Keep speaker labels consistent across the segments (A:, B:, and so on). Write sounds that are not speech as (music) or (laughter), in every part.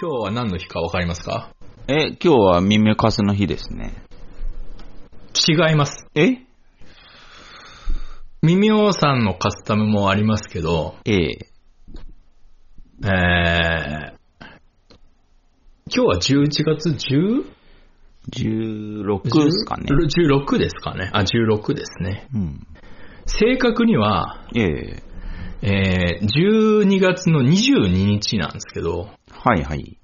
A: 今日は何の日かわかりますか
B: え、今日は耳かすの日ですね。
A: 違います。
B: え
A: ミミオさんのカスタムもありますけど、
B: ええ。
A: えー、今日は11月 10?
B: 16ですかね。
A: 16ですかね。あ、16ですね。
B: うん。
A: 正確には、
B: ええ。
A: えー、12月の22日なんですけど、
B: はいはい。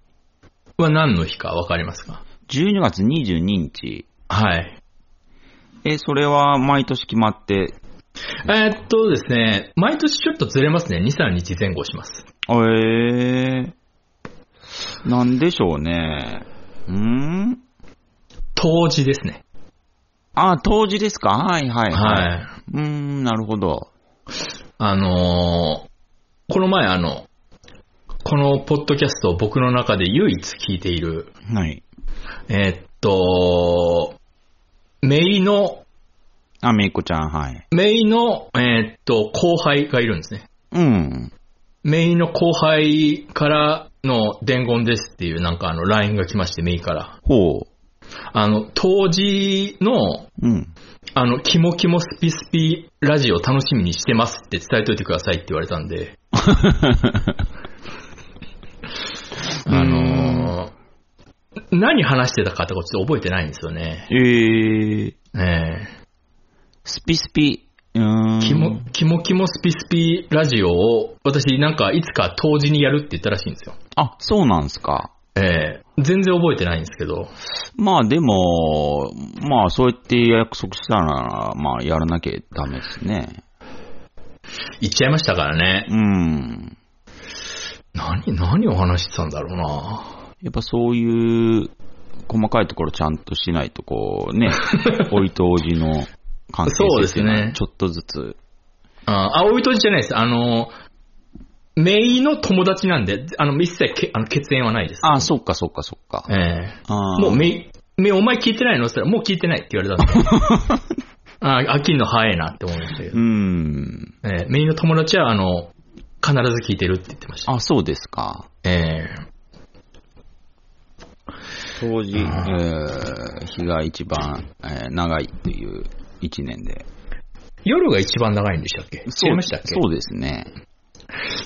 A: は何の日かわかりますか
B: 12月22日。
A: はい。
B: え、それは毎年決まって、
A: えーっとですね、毎年ちょっとずれますね。2、3日前後します。
B: ええなんでしょうね。ん
A: 冬至ですね。
B: あ、当時ですかはいはい。
A: はいい。
B: うーん、なるほど。
A: あのーこの前あの、このポッドキャストを僕の中で唯一聞いている、
B: はい。
A: えーっと、メイの、
B: あ、めいこちゃん、はい。
A: メイの、えーっと、後輩がいるんですね。
B: うん。
A: メイの後輩からの伝言ですっていうなんかあの LINE が来まして、メイから。
B: ほ
A: あの、当時の、
B: う。うん。
A: あの、キモキモスピスピラジオ楽しみにしてますって伝えといてくださいって言われたん
B: (laughs)
A: で。あのー何話してたかとかちょっと覚えてないんですよね。
B: ええ
A: え
B: スピスピ。うーん。
A: えキモ、キモキモスピスピラジオを私なんかいつか当時にやるって言ったらしいんですよ。
B: あ、そうなんすか。
A: ええ全然覚えてないんですけど。
B: まあでも、まあそうやって約束したら、まあやらなきゃダメですね。
A: 言っちゃいましたからね。
B: うん。
A: 何、何を話してたんだろうな
B: やっぱそういう細かいところちゃんとしないとこうね、
A: (laughs)
B: おいとおじの関係性っていうの
A: そうですね
B: はちょっとずつ。
A: あ、あおいとじじゃないです。あのー、メイの友達なんで、あの、一切けあの血縁はないです。
B: あそっかそっかそっか。
A: ええ
B: あー
A: もうめい、めい、お前聞いてないのって言ったら、もう聞いてないって言われたんで。
B: (laughs)
A: あ、飽きんの早いなって思いましたけど
B: う。ん。
A: えー、メインの友達は、あの、必ず聞いてるって言ってました。
B: あ、そうですか。
A: え
B: 当時、えー、日が一番、えー長いっていう一年で。
A: ー夜が一番長いんでしたっけ違いましたっけ
B: そうですね。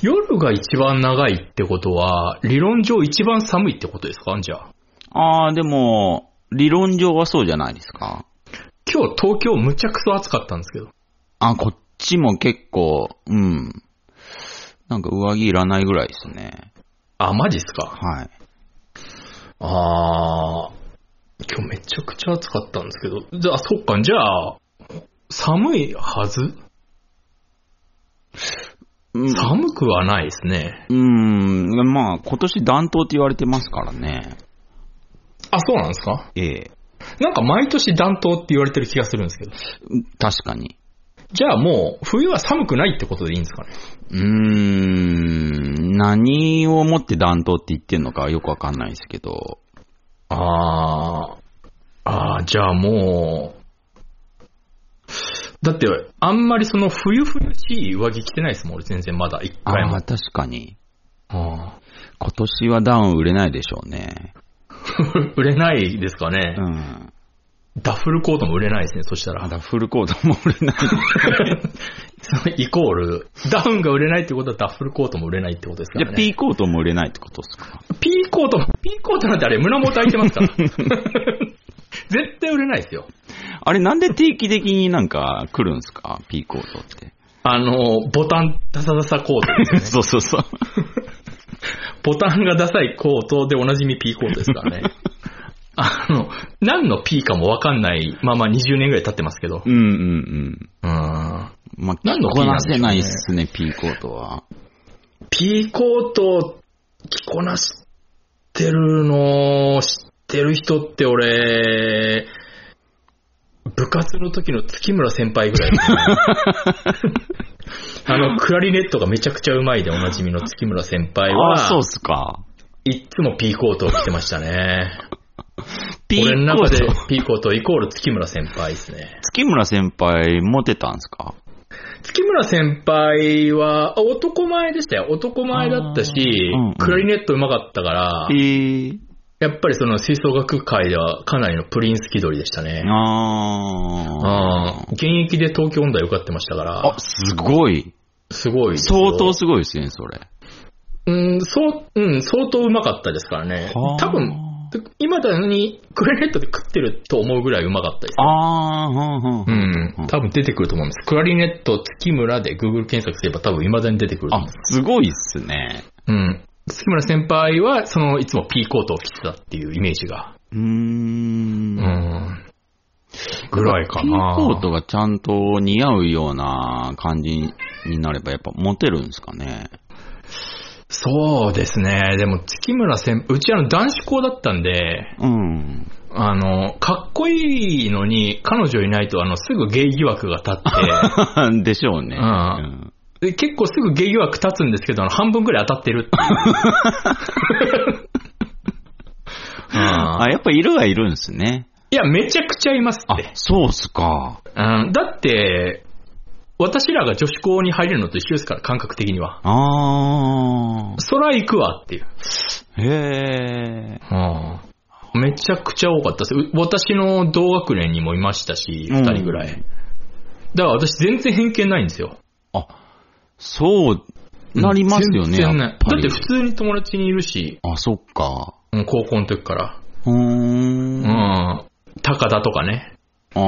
A: 夜が一番長いってことは、理論上一番寒いってことですかじゃあ。
B: ああ、でも、理論上はそうじゃないですか。
A: 今日東京むちゃくそ暑かったんですけど。
B: あ、こっちも結構、うん。なんか上着いらないぐらいですね。
A: あ、マジっすか
B: はい。
A: あー。今日めちゃくちゃ暑かったんですけど。じゃあ、そっか、じゃあ、寒いはず
B: うん
A: 寒くはないですね。
B: うーん、まあ、今年暖冬って言われてますからね。
A: あ、そうなんですか
B: ええ、
A: なんか毎年暖冬って言われてる気がするんですけど。
B: 確かに。
A: じゃあもう、冬は寒くないってことでいいんですかね
B: うーん、何をもって暖冬って言ってんのかよくわかんないですけど。
A: あー。あー、じゃあもう、だって、あんまりその冬冬しい上着着てないですもん、俺全然まだ一回
B: あ
A: も
B: あ、。確かに。
A: あ
B: 今年はダウン売れないでしょうね。
A: ー (laughs) 売れないですかね
B: う、ん。
A: ダッフルコートも売れないですね、そした
B: ま
A: ら。
B: だフルコートも売れない。
A: そ (laughs) のイコール、ダウンが売れないってことはダッフルコートも売れないってことですか
B: (laughs) じ
A: ら
B: ゃあ、
A: ね。
B: ピーコートも売れないってことですか
A: ピーコート、ピーコートなんてあれ胸元開いてます (laughs) から。絶対売れないですよ。
B: あれなんで定期的になんか来るんですかピーコートって。
A: あの、ボタン、ダサダサ (laughs) コートですよね。
B: (laughs) そうそうそう。
A: ボタンがダサいコートでおなじみピーコートですからね。あの、何の P かもわかんないまま20年ぐらい経ってますけど。
B: うんうん
A: う
B: うん。
A: ん。
B: まあ、
A: 何の
B: 着こなせないっすね、ピーコートは。
A: P コート着こなしてるの、知ってる人って俺、部活の時の月村先輩
B: (laughs)
A: ぐらいですね、あの、クラリネットがめちゃくちゃうまいでおなじみの月村先輩
B: ああ、そう
A: は
B: っ、すか。
A: いっつも P コートを着てましたね。
B: ピー
A: 俺の
B: コ
A: 中
B: ー
A: で
B: ト。
A: P コートイコール月村先輩ですね。
B: 月村先輩、モテたんすか
A: 月村先輩は、あ男前でしたよ。男前だったし、
B: あーうんうん
A: クラリネット上手かったから、
B: ええ
A: やっぱりその吹奏楽界ではかなりのプリンス気取りでしたね。
B: あ
A: あー現役で東京音大受かってましたか
B: あ。
A: ら
B: あ、、すごい。
A: すごいですよ
B: 相当すごいですね、それ。
A: うん、そう、うん、相当うまかったですからね。多分、今だにクラリネットで食ってると思うぐらいうまかったです。
B: ああ、はんはん
A: う
B: はん。
A: ん、多分出てくると思うんです。クラリネット月村で Google 検索すれば多分未だに出てくると思
B: あ
A: うんです。、
B: すごいっすね。
A: うん。月村先輩は、その、いつもピーコートを着てたっていうイメージが。
B: うー。
A: うんん。ぐらいか
B: ピ
A: な。
B: ンコートがちゃんと似合うような感じになれば、やっぱモテるんですかね。
A: そうですね。でも、月村先輩、うちあの男子校だったんで、
B: うん。
A: あの、かっこいいのに、彼女いないと、あの、すぐゲイ疑惑が立っ
B: (laughs) でしょうね。
A: うん
B: うん
A: て、で結構すぐゲイ疑惑立つんですけど、あの、半分ぐらい当たってるっていう。うん
B: あ、やっぱいるはいるんですね。
A: いや、めちゃくちゃいます
B: あ
A: って、。
B: そうっすか。
A: うん、だって、私らが女子校に入れるのと一緒ですから、感覚的には。
B: あ
A: そら行くわっていう。
B: あ、へえ。
A: うん。めちゃくちゃ多かったです。う私の同学年にもいましたし、
B: うん
A: 二人ぐらい。だから私全然偏見ないんですよ。
B: あ、そう、なりますよね。
A: 全然
B: や
A: な
B: っ
A: い。
B: ぱ
A: だっ
B: り
A: て普通に友達にいるし、
B: あ、そっか。
A: うん高校の時から。
B: うー。
A: うんん。高田とかね。うん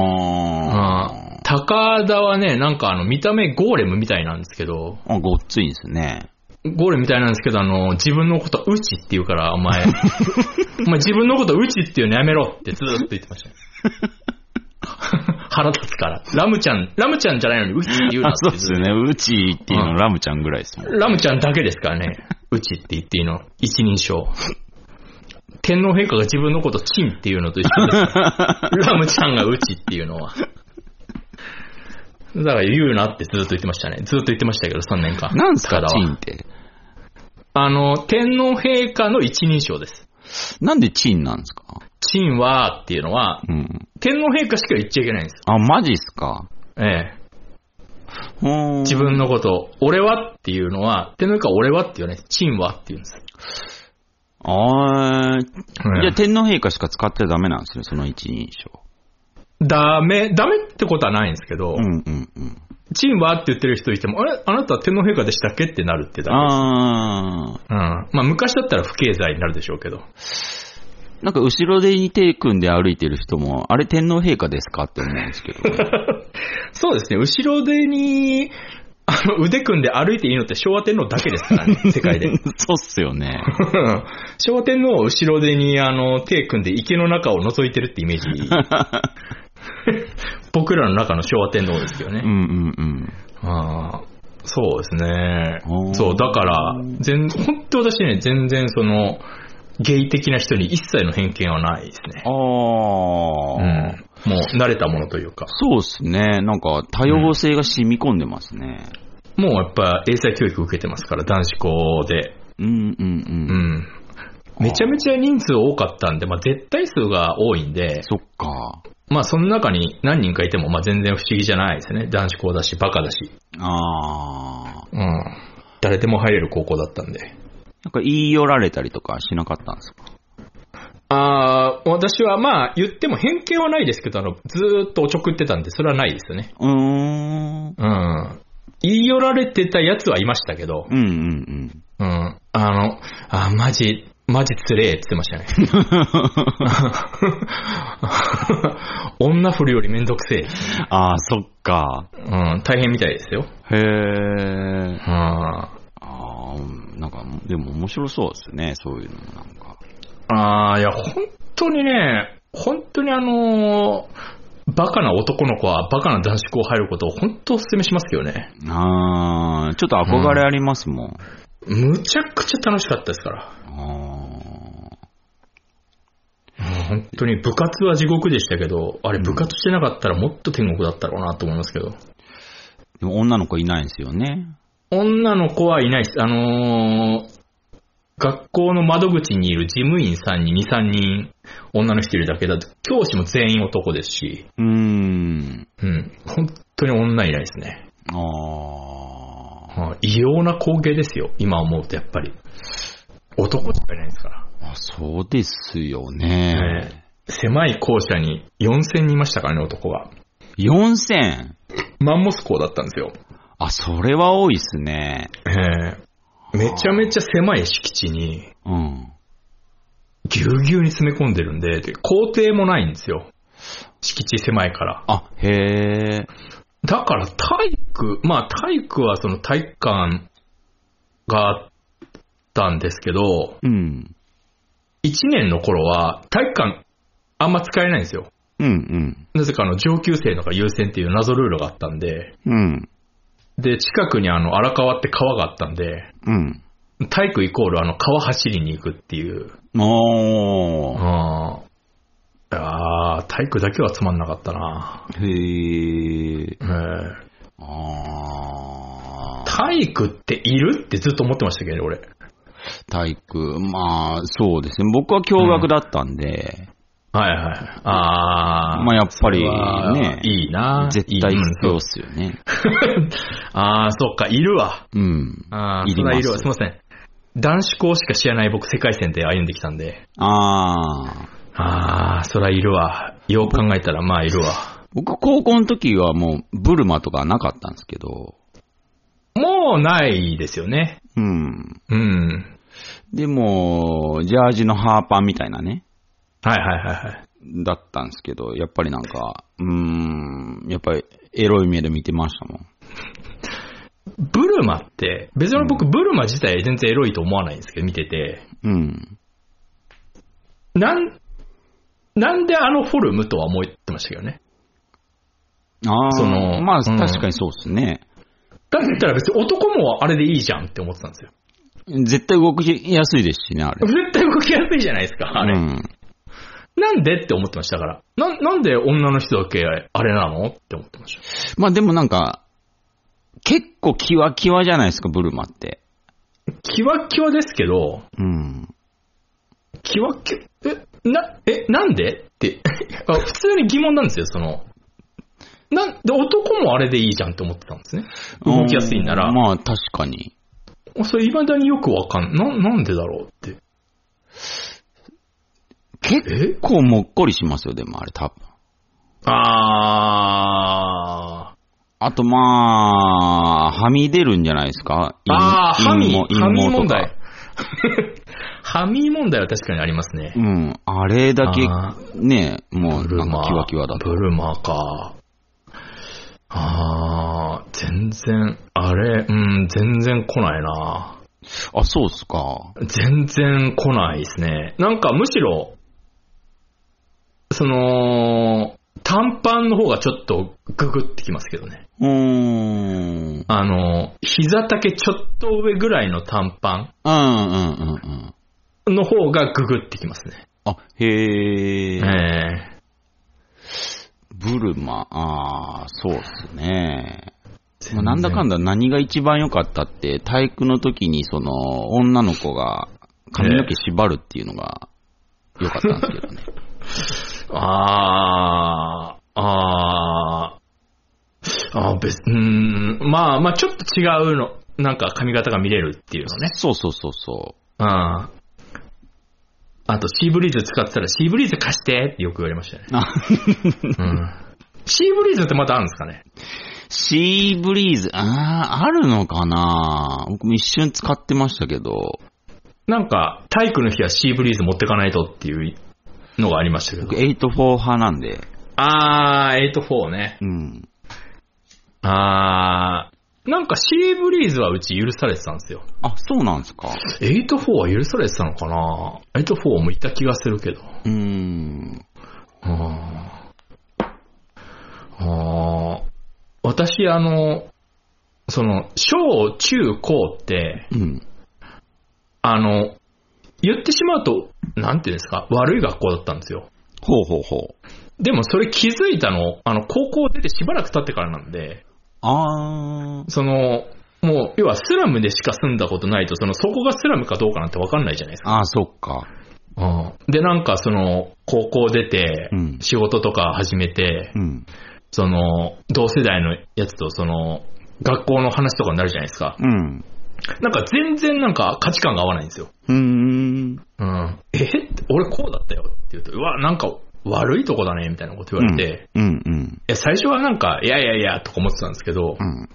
B: あ。
A: 高田はね、なんかあの、見た目ゴーレムみたいなんですけど、
B: ーあ。ごっついんですね。
A: ゴーレムみたいなんですけど、あの、自分のことうちって言うから、お
B: (laughs)
A: 前、お前自分のことうちっていうのやめろってずーっと言ってましたよ。腹立つから。ラムちゃん、ラムちゃんじゃないのにうちって言うな
B: あ
A: っ、
B: そう
A: て
B: で
A: ず
B: す
A: ーっ
B: よね。うちっていう
A: う
B: の
A: ん
B: ラムちゃんぐらいですもん。
A: と。ラムちゃんだけですからね。うちって言っていいの。一人称。天皇陛下が自分のことチンっていうのと一緒ですから。ラムちゃんがうちっていうのは。だから言うなってずーっと言ってましたね。ずーっと言ってましたけど、3年間。
B: なんすか、
A: 塚田
B: チ
A: は
B: ンって。
A: あの、天皇陛下の一人称です。
B: なんでチンなんですか
A: チンはっていうのは、
B: うん。
A: 天皇陛下しか言っちゃいけないんですよ。
B: あ、マジっすか。
A: ええ。
B: うーん
A: 自分のことを、俺はっていうのは、天皇陛下は俺はって言わないです。チンはって言うんです。
B: あ
A: え
B: ー
A: え
B: じゃあ天皇陛下しか使っちゃダメなんですね、その一人称。
A: ダメ、ダメってことはないんですけど、
B: うんうんうん。
A: チンはって言ってる人いても、あれあなたは天皇陛下でしたっけってなるってだけです。
B: あー。
A: うん。まあ昔だったら不敬罪になるでしょうけど。
B: なんか後ろで手組んで歩いてる人も、あれ天皇陛下ですか (laughs) って思うんですけど。
A: そうですね、後ろ手に、あの、腕組んで歩いていいのって昭和天皇だけですからね、世
B: (laughs)
A: 界で。
B: そうっすよね。
A: (laughs) 昭和天皇は後ろ手にあの手組んで池の中を覗いてるってイメー
B: (laughs)
A: ジ。僕らの中の昭和天皇ですよ
B: (laughs) う
A: ね。
B: んうんうん。
A: あーそうですね
B: おー。
A: そう、だから、全、本当私ね、全然その、ゲイ的な人に一切の偏見はないですね。
B: あ
A: う
B: あ、
A: ん。もう慣れたものというか。
B: そうっすね。なんか多様性が染み込んでますね。
A: もうやっぱ英才教育受けてますから、男子校で。
B: うんうんう。
A: うんん。めちゃめちゃ人数多かったんで、まあ絶対数が多いんで、
B: そっか。
A: まあその中に何人かいても、まあ全然不思議じゃないですね。男子校だし、バカだし。
B: ああ。
A: うん。誰でも入れる高校だったんで。
B: なんか言い寄られたりとかしなかったんですか
A: ああ、私はまあ言っても偏見はないですけど、あの、ずーっとおちょくってたんで、それはないですよね。
B: うーん。
A: うん。言い寄られてたやつはいましたけど
B: うんう、ん
A: うん。あの、あー、マジ、マジつれえって言ってましたね。
B: うん。
A: (laughs) 女振るよりめんどくせえ。
B: ああ、そっか。
A: うん、大変みたいですよ。
B: へえ。
A: うん。
B: ああ、なんか、でも面白そうですね、そういうのもなんか。
A: ああ、いや、本当にね、本当にあのーバカな男の子はバカな男子校入ることを本当お勧めしますけどね。
B: ああ、ちょっと憧れありますもん。
A: むちゃくちゃ楽しかったですから。
B: ああ。
A: 本当に部活は地獄でしたけど、あれ部活してなかったらもっと天国だったろうなと思いますけど。
B: でも女の子いないんですよね。
A: 女の子はいないです。あのー学校の窓口にいる事務員さんに2、3人女の人いるだけだと、教師も全員男ですし、
B: うーん。
A: うん、本当に女いないですね。
B: あ
A: う
B: ー
A: ん異様な光景ですよ。今思うとやっぱり。男しかいないんですから。
B: まあ。そうですよね。
A: 狭い校舎に4000人いましたからね、男が。
B: 4000!
A: マンモス校だったんですよ。
B: あ、それは多いっすね。
A: ええめちゃめちゃ狭い敷地に、
B: うん。
A: ぎゅうぎゅうに詰め込んでるんで、で校庭もないんですよ。敷地狭いから。
B: あ、へえ。
A: だから体育、まあ体育はその体育館があったんですけど、
B: うん。
A: 1年の頃は体育館あんま使えないんですよ。
B: うん、
A: なぜかあの上級生のが優先っていう謎ルールがあったんで、
B: うん。うん。
A: で、近くにあの荒川って川があったんで、
B: うん。
A: 体育イコールあの川走りに行くっていう。
B: おー。
A: ああー、体育だけはつまんなかったな。
B: へえ。
A: えー
B: あー。
A: 体育っているってずっと思ってましたけどね、俺。
B: 体育、まあ、そうですね。僕は驚愕だったんで、
A: はいはい。ああ。
B: まあやっぱりね
A: いいな。
B: 絶対
A: いい
B: 必
A: う
B: 要
A: ん
B: っすよね。
A: ああ、そっか、いるわ。
B: うん。
A: ああ、
B: いりま
A: そり
B: す
A: ゃいるわ。すいません。男子校しか知らない僕、世界線で歩んできたんで。
B: ああ。
A: ああ、そらいるわ。よう考えたら、まあいるわ。
B: 僕、高校の時はもう、ブルマとかなかったんですけど、
A: もうないですよね。
B: うん。
A: うん。
B: でも、ジャージのハーパンみたいなね、
A: はいはいはいはい。
B: だったんですけど、やっぱりなんか、うーん、やっぱり、エロい目で見てましたもん。
A: ブルマって、別に僕、ブルマ自体全然エロいと思わないんですけど、見てて。
B: うん。
A: なん、なんであのフォルムとは思ってましたけどね。
B: ああ、
A: その
B: まあ、
A: うん
B: 確かにそうですね。
A: だったら別に男もあれでいいじゃんって思ってたんですよ。
B: 絶対動きやすいですしね、あれ。
A: 絶対動きやすいじゃないですか、あれ。
B: うん。
A: なんでって思ってましたから。なん、なんで女の人だけあれなのって思ってました。
B: まあでもなんか、結構キワキワじゃないですか、ブルマって。
A: キワキワですけど、
B: うん。
A: キワキワ、え、な、え、なんでって、あ普通に疑問なんですよ、その。なんで、男もあれでいいじゃんって思ってたんですね。動きやすいんなら
B: うん。まあ確かに。
A: それ未だによくわかんな、なんでだろうって。
B: 結構もっこりしますよ、でもあれ多分。
A: あー。
B: あとまあ、はみ出るんじゃないですか
A: あー、
B: 陰
A: ハミ、
B: 陰毛
A: ハミ
B: 陰毛
A: 問
B: とか
A: 題。 (laughs) ハミ問題は確かにありますね。
B: うん。あれだ
A: あ
B: け、ね、もう
A: ブル
B: なん
A: マ
B: かキワキワだ
A: ブ
B: と。
A: ルマか。あー、全然、あれ、うん、全然来ないな。
B: あ、そうっすか。
A: 全然来ないですね。なんかむしろ、その、短パンの方がちょっとググってきますけどね。
B: うーん。
A: あの、膝丈ちょっと上ぐらいの短パ
B: うんうんうんうん。
A: ンの方がググってきますね。
B: あ、へえ。
A: ええ
B: ブルマ、ああ、そうっすね。まあ
A: 然
B: なんだかんだ何が一番良かったって、体育の時にその、女の子が髪の毛縛るっていうのが良かったんですけど
A: (laughs)
B: ね。
A: あー、あー、あー、別、うーん、まあまあちょっと違うの、なんか髪型が見れるっていうのね。
B: そうそうそうそ
A: あーあと、シーブリーズ使ってたら、シーブリーズ貸してってよく言われま (laughs) したね。
B: う。あ
A: うん、シーブリーズってまたあるんですかね
B: (laughs) シーブリーズ、ああ、あるのかな僕も一瞬使ってましたけど、
A: なんか、体育の日はシーブリーズ持ってかないとっていうのがありましたけど
B: 僕。8-4派なんで、
A: あー、8-4ね。
B: うん。
A: あー、なんかシーブリーズはうち許されてたんですよ。
B: あ、そうなんですか。
A: 8-4は許されてたのかな ?8-4 もいた気がするけど。
B: うーん。
A: あーあー私、あの、その、小、中、高って、
B: うん。
A: あの、言ってしまうと、なんていうんですか、悪い学校だったんですよ。
B: ほうほうほう。
A: でもそれ気づいたの、あの、高校出てしばらく経ってからなんで、
B: あ
A: その、もう、要はスラムでしか住んだことないと、その、そこがスラムかどうかなんてわかんないじゃないです
B: あ、
A: か。
B: ああ、そっか。
A: で、なんか、その、高校出て
B: う、ん。
A: 仕事とか始めて
B: う、ん。
A: その、同世代のやつと、その、学校の話とかになるじゃないですか。
B: うん。
A: なんか全然なんか価値観が合わないんですよ。
B: うーん。
A: うん。えって俺こうだったよって言うと、うわ、なんか悪いとこだね、みたいなこと言われて、い
B: うんうん。
A: や最初はなんか、いやいやいや、とか思ってたんですけど
B: う、ん。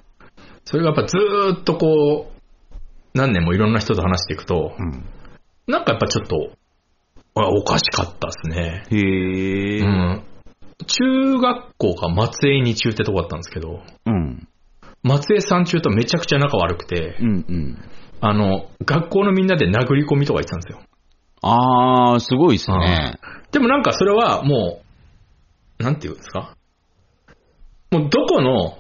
A: それがやっぱずーっとこう、何年もいろんな人と話していくと、
B: うん。
A: なんかやっぱちょっと、あおかしかったですね。
B: へ
A: う
B: え。
A: ん。中学校が松江二中ってとこだったんですけど、
B: うん。
A: 松江三中とめちゃくちゃ仲悪くて、
B: うんうん。
A: あの、学校のみんなで殴り込みとか言ってたんですよ。
B: あー、すごいっすね。
A: でもなんかそれはもう、なんていうんですかもうどこの、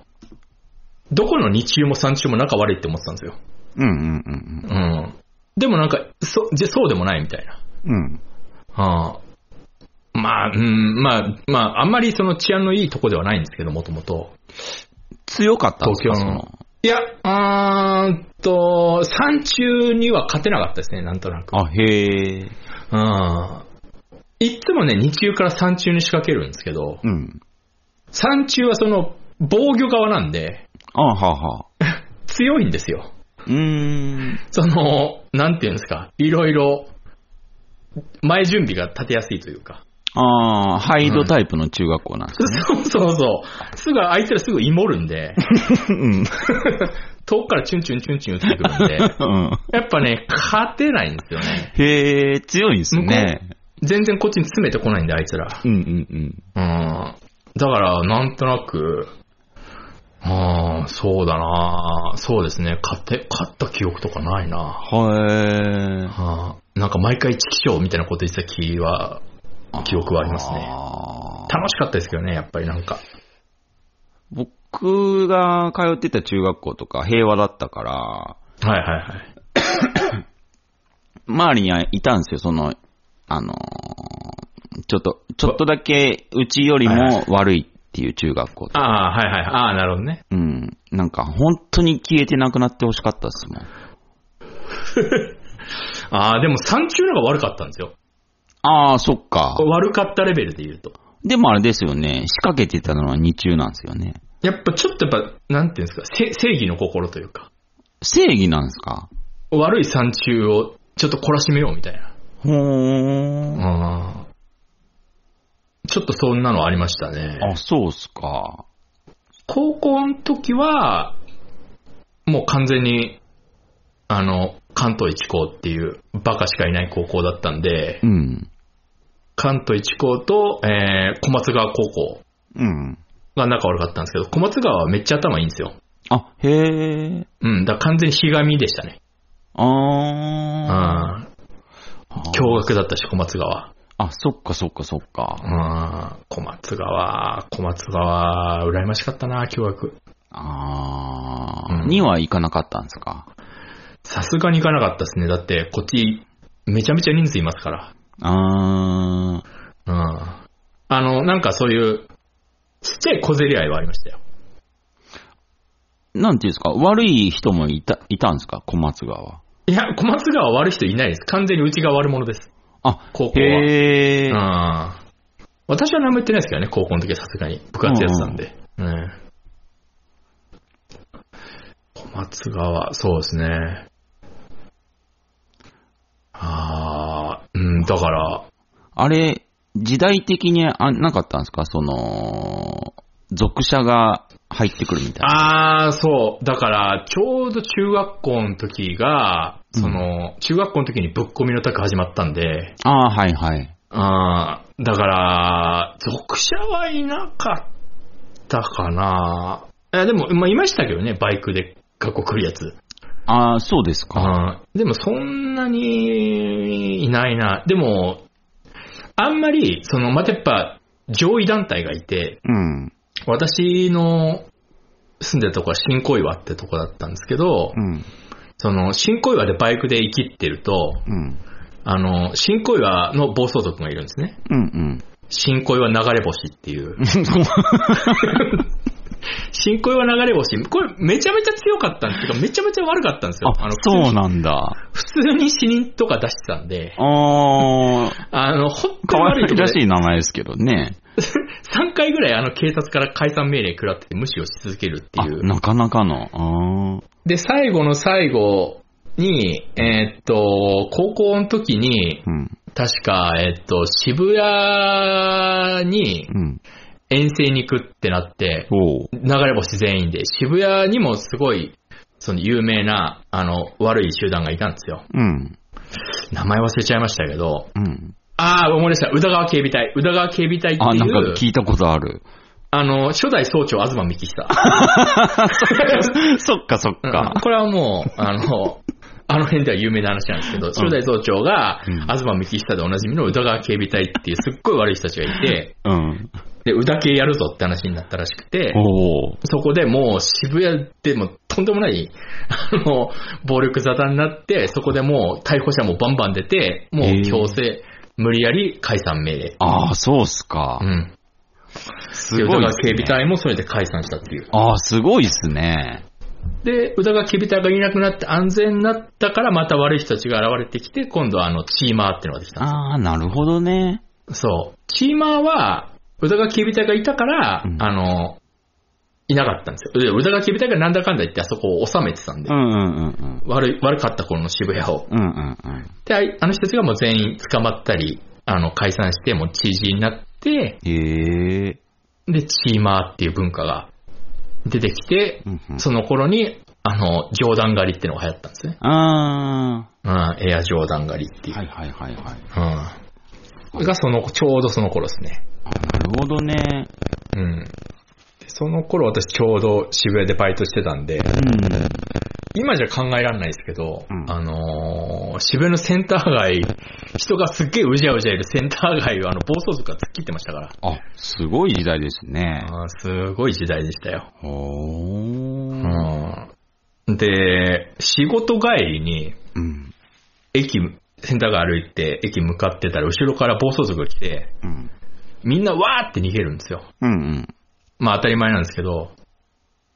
A: どこの2中も3中も仲悪いって思ってたんですよ。
B: うんうんうん
A: うん。でもなんか、そ、じゃそうでもないみたいな。
B: うん。うん。
A: ああまあ、うん、まあ、まあ、あんまりその治安のいいとこではないんですけど、もともと。
B: 強かったんですか、
A: 東
B: そ
A: 京の
B: の。
A: いや、うーんと、3中には勝てなかったですね、なんとなく。
B: あ、へえ。
A: うん。いっつもね、2中から3中に仕掛けるんですけど、
B: うん。
A: 3中はその、防御側なんで、
B: あはあはあ。
A: 強いんですよ。
B: うーん。
A: その、なんていうんですか、いろいろ、前準備が立てやすいというか。
B: あー、ハイドタイプの中学校なんですか。
A: そうそうそう。すぐ、あいつらすぐイモるんで、
B: うん。
A: 遠くからチュンチュンチュンチュン打ってくるんで、
B: うん。
A: やっぱね、勝てないんですよね。
B: へえ、強いんすね。
A: 全然こっちに詰めてこないんで、あいつら。
B: うんうん
A: うん。だから、なんとなく、ああ、そうだなそうですね。勝て、勝った記憶とかないな
B: うん。へえ。
A: はあ、なんか毎回チキショーみたいなこと言ってた気は、記憶はありますね
B: あー
A: 楽しかったですけどね、やっぱりなんか。
B: 僕が通ってた中学校とか平和だったから、
A: はいはいはい。
B: 周りにいたんですよ、その、あのーちょっと、ちょっとだけうちよりも悪いっていう中学校とか
A: ああ、はいはい。ああ、なるほどね。
B: うん。なんか本当に消えてなくなってほしかったですもん。
A: ああ、でも3中のが悪かったんですよ。
B: ああ、そっか。
A: 悪かったレベルで言うと。
B: でもあれですよね、仕掛けてたのは日中なんですよね。
A: やっぱちょっとやっぱ、なんていうんですか、せ正義の心というか、
B: 正義なんですか
A: 悪い三中をちょっと懲らしめようみたいな。
B: ほーん。
A: あーちょっとそんなのありましたね。
B: あ、そうっすか。
A: 高校の時は、もう完全に、あの、関東一高っていうバカしかいない高校だったんで
B: う、ん。
A: 関東一高と、えー、小松川高校
B: うん。
A: が仲悪かったんですけど、小松川はめっちゃ頭いいんですよ。
B: あ、へえ。
A: うん、だから完全にひがみでしたね。うん。
B: あー。
A: 驚愕だったし、小松川。
B: あ、そっかそっかそっか。
A: あー小松川、小松川、羨ましかったな、驚愕。
B: あ
A: う
B: ー。
A: ん
B: には行かなかったんですか
A: さすがに行かなかったですね。だって、こっち、めちゃめちゃ人数いますから。
B: あー。
A: うん。あの、なんかそういう、ちっちゃい小競り合いはありましたよ。
B: なんていうんですか悪い人もいた、いたんですか小松川は。
A: いや、小松川は悪い人いないです。完全にうちが悪者です。
B: あ、
A: 高校は。
B: へー。
A: うん。私は何も言ってないですけどね、高校の時はさすがに。部活やってたんで。うん。小松川、そうですね。ああ、うん、だから、
B: あれ、時代的にあなかったんですかその、属者が入ってくるみたいな。
A: ああ、そう。だから、ちょうど中学校の時が、その、中学校の時にぶっ込みの卓始まったんで、
B: ああー、はいはい。
A: ああ、だから、属者はいなかったかな。いや、でも、まあ、いましたけどね、バイクで学校来るやつ。
B: ああ、そうですか。
A: あーでも、そんなにいないな。でも、あんまり、その、またやっぱ、上位団体がいて、
B: うん。
A: 私の住んでたとこは新小岩ってとこだったんですけど
B: う、ん。
A: その、新小岩でバイクで生きってると、
B: うん。
A: あの、新小岩の暴走族がいるんですね。
B: うん
A: 新小岩流れ星って
B: (laughs)
A: いう。新小岩流れ星。これめちゃめちゃ強かったんですけど、めちゃめちゃ悪かったんです
B: うん。
A: よ。
B: あ、
A: の
B: そうなんだ。
A: 普通に普通に死人とか出してたんで、
B: ああ、
A: (laughs) あの、ほんと
B: か
A: に
B: わ
A: 悪い
B: い
A: とこ
B: ら
A: で (laughs)
B: しい名前ですけどね。
A: 3回ぐらいあの警察から解散命令食らってて無視をし続けるって
B: あ、
A: いう。
B: なかなかの。あー
A: で、最後の最後に、えーっと、高校の時に、
B: うん。
A: 確か、えーっと、渋谷に
B: うん。
A: 遠征に行くってなって、
B: おう。
A: 流れ星全員で、渋谷にもすごい、その有名な、あの、悪い集団がいたんですよ。
B: うん。
A: 名前忘れちゃいましたけど、
B: うん。
A: ああ、思い出した。宇田川警備隊。宇田川警備隊っていう、
B: あ、
A: あ
B: なんか聞いたことあ
A: (laughs)
B: る。
A: の、初代総長、東幹久。
B: そっかそっ
A: うん。これはもう、あの、あの辺では有名な話なんですけど、初代総長が、
B: うん
A: 東幹久でおなじみの宇田川警備隊っていうすっごい悪い人たちがいて、
B: うん。
A: で、宇田系やるぞって話になったらしくて、
B: おう。
A: そこでもう渋谷でもとんでもない、あの、暴力沙汰になって、そこでもう逮捕者もバンバン出て、もう強制、無理やり解散命令。
B: ああ、そうっすか
A: う。ん。
B: す
A: で宇
B: ご
A: 田
B: いっ
A: 川
B: す
A: 警
B: ね。
A: 備隊もそれで解散したっていう。
B: ああ、すごいっすね。
A: で、宇田川警備隊がいなくなって安全になったから、また悪い人たちが現れてきて、今度はあの、チーマーってのができたんで
B: ああ、なるほどね。
A: すよ。そう。チーマーは、宇田川警備隊がいたから、
B: うん
A: あの、いなかったんですよ。で宇田川警備隊がなんだかんだ言ってあそこを収めてたんで
B: う、んうんうんうん。
A: 悪い、悪かった頃の渋谷を。
B: うんうんうん。
A: で、あいあの人たちがもう全員捕まったり、あの、解散して、もう知事になって、
B: ええ
A: で、チーマーっていう文化が出てきて
B: ー。う、んうん
A: その頃に、あの、冗談狩りってのが流行ったんですね。
B: あ
A: うん、エア冗談狩りって
B: あ。
A: いう。
B: はいはいはいはい。
A: うん。がその、ちょうどその頃ですね。
B: あなるほどね。
A: うん。でその頃私ちょうど渋谷でバイトしてたんで、
B: う
A: 今じゃ考えられないですけど、
B: うん
A: あのー渋谷のセンター街、人がすっげえうじゃうじゃいるセンター街をあの暴走族が突っ切ってましたから。
B: ん。あ、すごい時代ですね。
A: あーすごい時代でしたよ。う
B: ほー。
A: ん。で、仕事帰りに、
B: うん。
A: 駅、センター街歩いて駅向かってたら、後ろから暴走族が来て、
B: うん。
A: みんなわーって逃げるんですよ。
B: うんうん。
A: まあ当たり前なんですけど、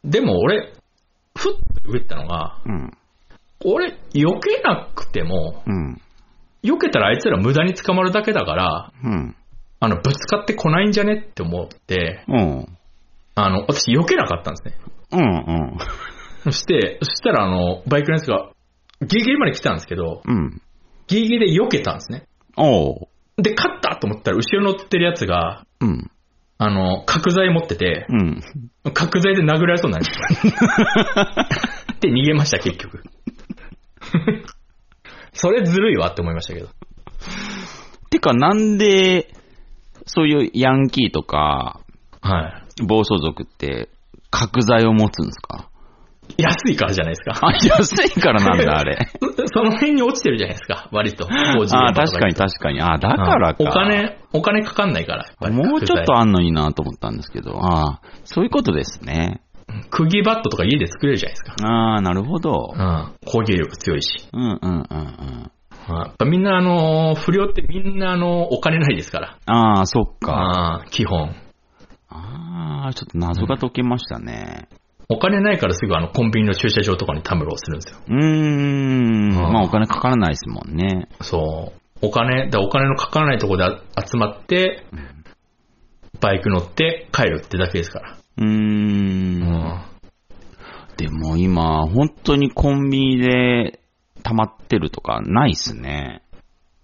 A: でも俺、ふっと言ったのが、
B: うん。
A: 俺、避けなくても、
B: うん。
A: 避けたらあいつら無駄に捕まるだけだから、
B: うん。
A: あの、ぶつかってこないんじゃねって思って、
B: うん。
A: あの、私避けなかったんですね。
B: うんうん。
A: そして、そしたらあの、バイクのやつが、ギリギリまで来たんですけど、
B: うん。
A: ギリギリで避けたんですね。
B: おう。
A: で、勝ったと思ったら、後ろ乗ってるやつが、
B: うん。
A: あの、角材持ってて、
B: うん。
A: 角材で殴られそうになりま
B: (laughs)
A: した。で、逃げました、結局。 (laughs) それずるいわって思いましたけど。
B: てか、なんで、そういうヤンキーとか、
A: は
B: 暴走族って、角材を持つんですか
A: い。安いからじゃないですか。
B: あ、安いからなんだ、あ (laughs) れ。
A: そその辺に落ちてるじゃないですか、割と。工事現場
B: あー
A: と
B: 確か
A: 行
B: に
A: く
B: 確かに。あーだからか。
A: うんお金、お金かかんないから。やっぱり
B: もうちょっ
A: 角
B: とあんのになと思ったんですけど、ああ、そういうことですね。
A: 材釘バットとか家で作れるじゃないですか。
B: ああ、なるほど。
A: うん。攻撃力強いし。
B: うんうんうんうん。
A: うんやっぱみんなあの、不良ってみんなあの、お金ないですから。
B: ああ、そっか。
A: ああ、基本。
B: ああ、ちょっと謎が解けましたね。
A: お金ないからすぐあのコンビニの駐車場とかにたむろをするんですよ。
B: うーん。
A: あー
B: まあお金かからないですもんね。
A: そう。お金、だお金のかからないところであ集まって、バイク乗って帰るってだけですから。
B: うー。
A: うん
B: でも今、本当にコンビニで溜まってるとかないっすね。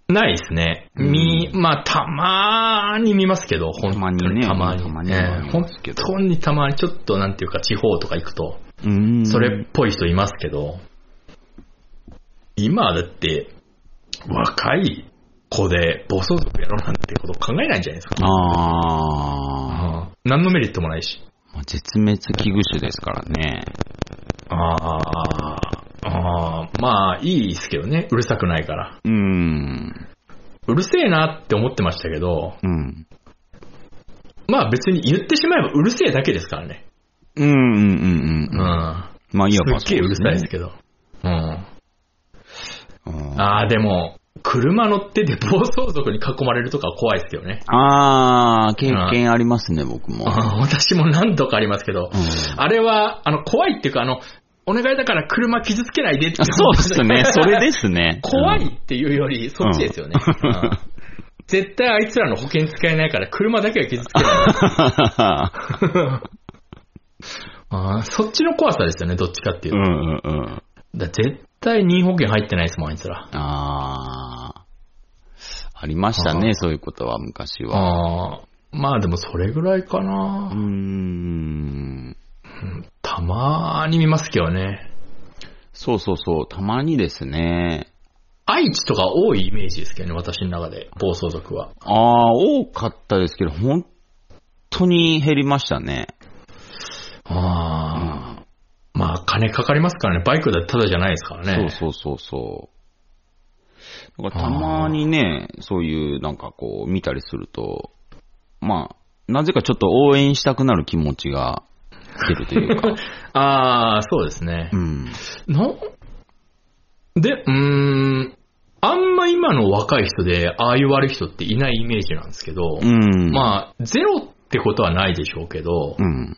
A: ないですね。み、まあ、たまーに見ますけど、本当にた
B: た
A: ま
B: ま
A: に。
B: にね
A: ええ
B: 見
A: 本
B: ますけど
A: 当にたまに、ちょっとなんていうか、地方とか行くと、
B: うーん。
A: それっぽい人いますけど、今はだって、若い子で暴走族やろうなんてこと考えないんじゃないですか。
B: ああ。
A: うん何のメリットもないし。
B: まあ絶滅危惧種ですからね。
A: ああ、ああ、まあ、いいですけどね。うるさくないから。
B: うーん。
A: うるせえなって思ってましたけど、
B: うん。
A: まあ別に言ってしまえばうるせえだけですからね。
B: うんうんうん
A: う。
B: うんん。まあ、いわば
A: すっげえうるさいですけど。うん。
B: うん
A: ああ、でも、車乗ってて暴走族に囲まれるとかは怖いですけどね。
B: あー、経験ありますね、僕も。
A: あー私も何度かありますけど、
B: うん
A: あれは、あの、怖いっていうか、あの、お願いだから車傷つけないでってい (laughs)
B: (laughs) そうですね、それですね。
A: 怖いっていうより、そっちですよね。うん絶対あいつらの保険使えないから、車だけは傷つけない。あーそっちの怖さですよね、どっちかっていう
B: う
A: と。
B: んうんうん。
A: だから絶対任意保険入ってないですもん、あいつら。
B: ああ。ありました
A: あ
B: ね、そういうことは、昔は。
A: ああ、まあでもそれぐらいかな。
B: うーん。
A: たまーに見ますけどね。
B: そうそうそう、たまにですね。
A: 愛知とか多いイメージですけどね、私の中で、暴走族は。
B: ああ、多かったですけど、本当に減りましたね。
A: ああ、まあ金かかりますからね、バイクだってただじゃないですからね。
B: そうそうそうそう。だからたまにね、そういうなんかこう見たりすると、まあ、なぜかちょっと応援したくなる気持ちが出るという (laughs) か。
A: ああ、そうですね
B: う。ん。
A: ので、うーん、あんま今の若い人で、ああいう悪い人っていないイメージなんですけど、
B: うん。あ。
A: まあ、ゼロってことはないでしょうけど、
B: うん。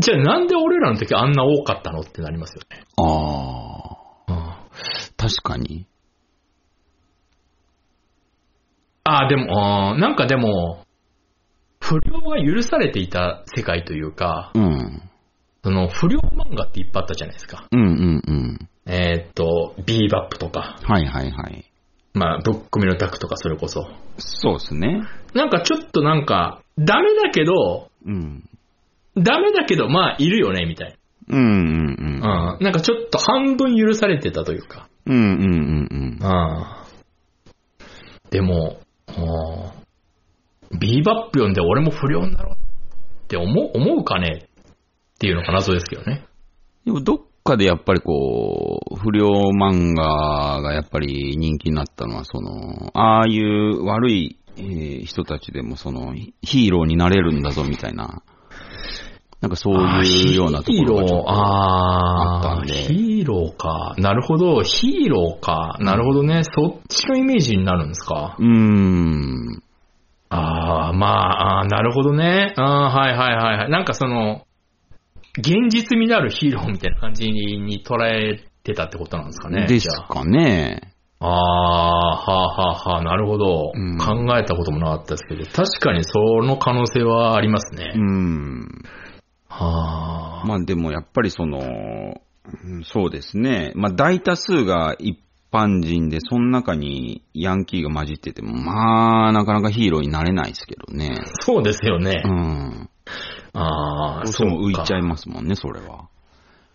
A: じゃあなんで俺らの時あんな多かったのってなりますよね。
B: ああ。確かに。
A: ああ、でも、あーなんかでも、不良が許されていた世界というか、
B: うん。
A: その不良漫画っていっぱいあったじゃないですか。
B: うんうんうん。
A: えーっと、ビーバップとか、
B: はいはいはい。
A: まあ、ぶっ込みのタクとかそれこそ。
B: そうですね。
A: なんかちょっとなんか、ダメだけど、
B: うん。
A: ダメだけど、まあ、いるよね、みたい
B: うんうんうん。
A: な。うん。なんかちょっと半分許されてたというか。
B: うんうんうんうん。
A: うん。でも、うんビーバップ読んで俺も不良になろうって思う思うかねっていうのが謎ですけどね。
B: でもどっかでやっぱりこう、不良漫画がやっぱり人気になったのは、その、ああいう悪い、えー人たちでもその、ヒヒーローになれるんだぞみたいな、なんかそういうようなと
A: ヒ
B: ころがち
A: ー
B: ょ
A: ロ
B: っ
A: ー、
B: とあった
A: あ
B: ん
A: あ、
B: で
A: ヒーローか。なるほど、ヒーローか。なるほどね。そっちのイメージになるんですか。
B: うーん。
A: ああ、まあ、あーなるほどね。ああ、はいはいはいはい。なんかその、現実味のあるヒーローみたいな感じに捉えてたってことなんですかね。
B: で
A: じ
B: す
A: ゃあ
B: かね。
A: ああ、はあはあはあ、なるほど、
B: うん
A: 考えたこともなかったですけど、確かにその可能性はありますね。
B: うーん。
A: はあ。
B: まあでもやっぱりその、うんそうですね。まあ大多数が一般人で、その中にヤンキーが混じってても、まあなかなかヒーローになれないですけどね。
A: そうですよね。
B: うん。
A: ああ、
B: どうして
A: そう
B: も浮
A: か
B: いちゃいますもんね、それは。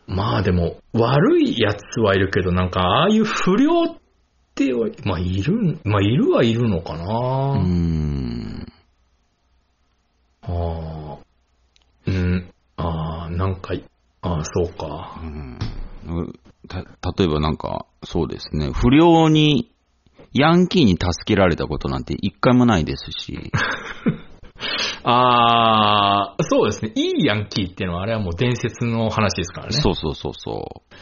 A: まあでも、悪いやつはいるけど、なんか、ああいう不良ってよ、まあいるん、まあいるはいるのか
B: うー
A: な。
B: ん。
A: ああ。うん。ああ、なんか、ああ、そうか。
B: うんた、例えばなんか、そうですね。不良に、ヤンキーに助けられたことなんて一回もないですし。
A: ああ、そうですね。いいヤンキーっていうのは、あれはもう伝説の話ですからね。
B: そうそうそうそう。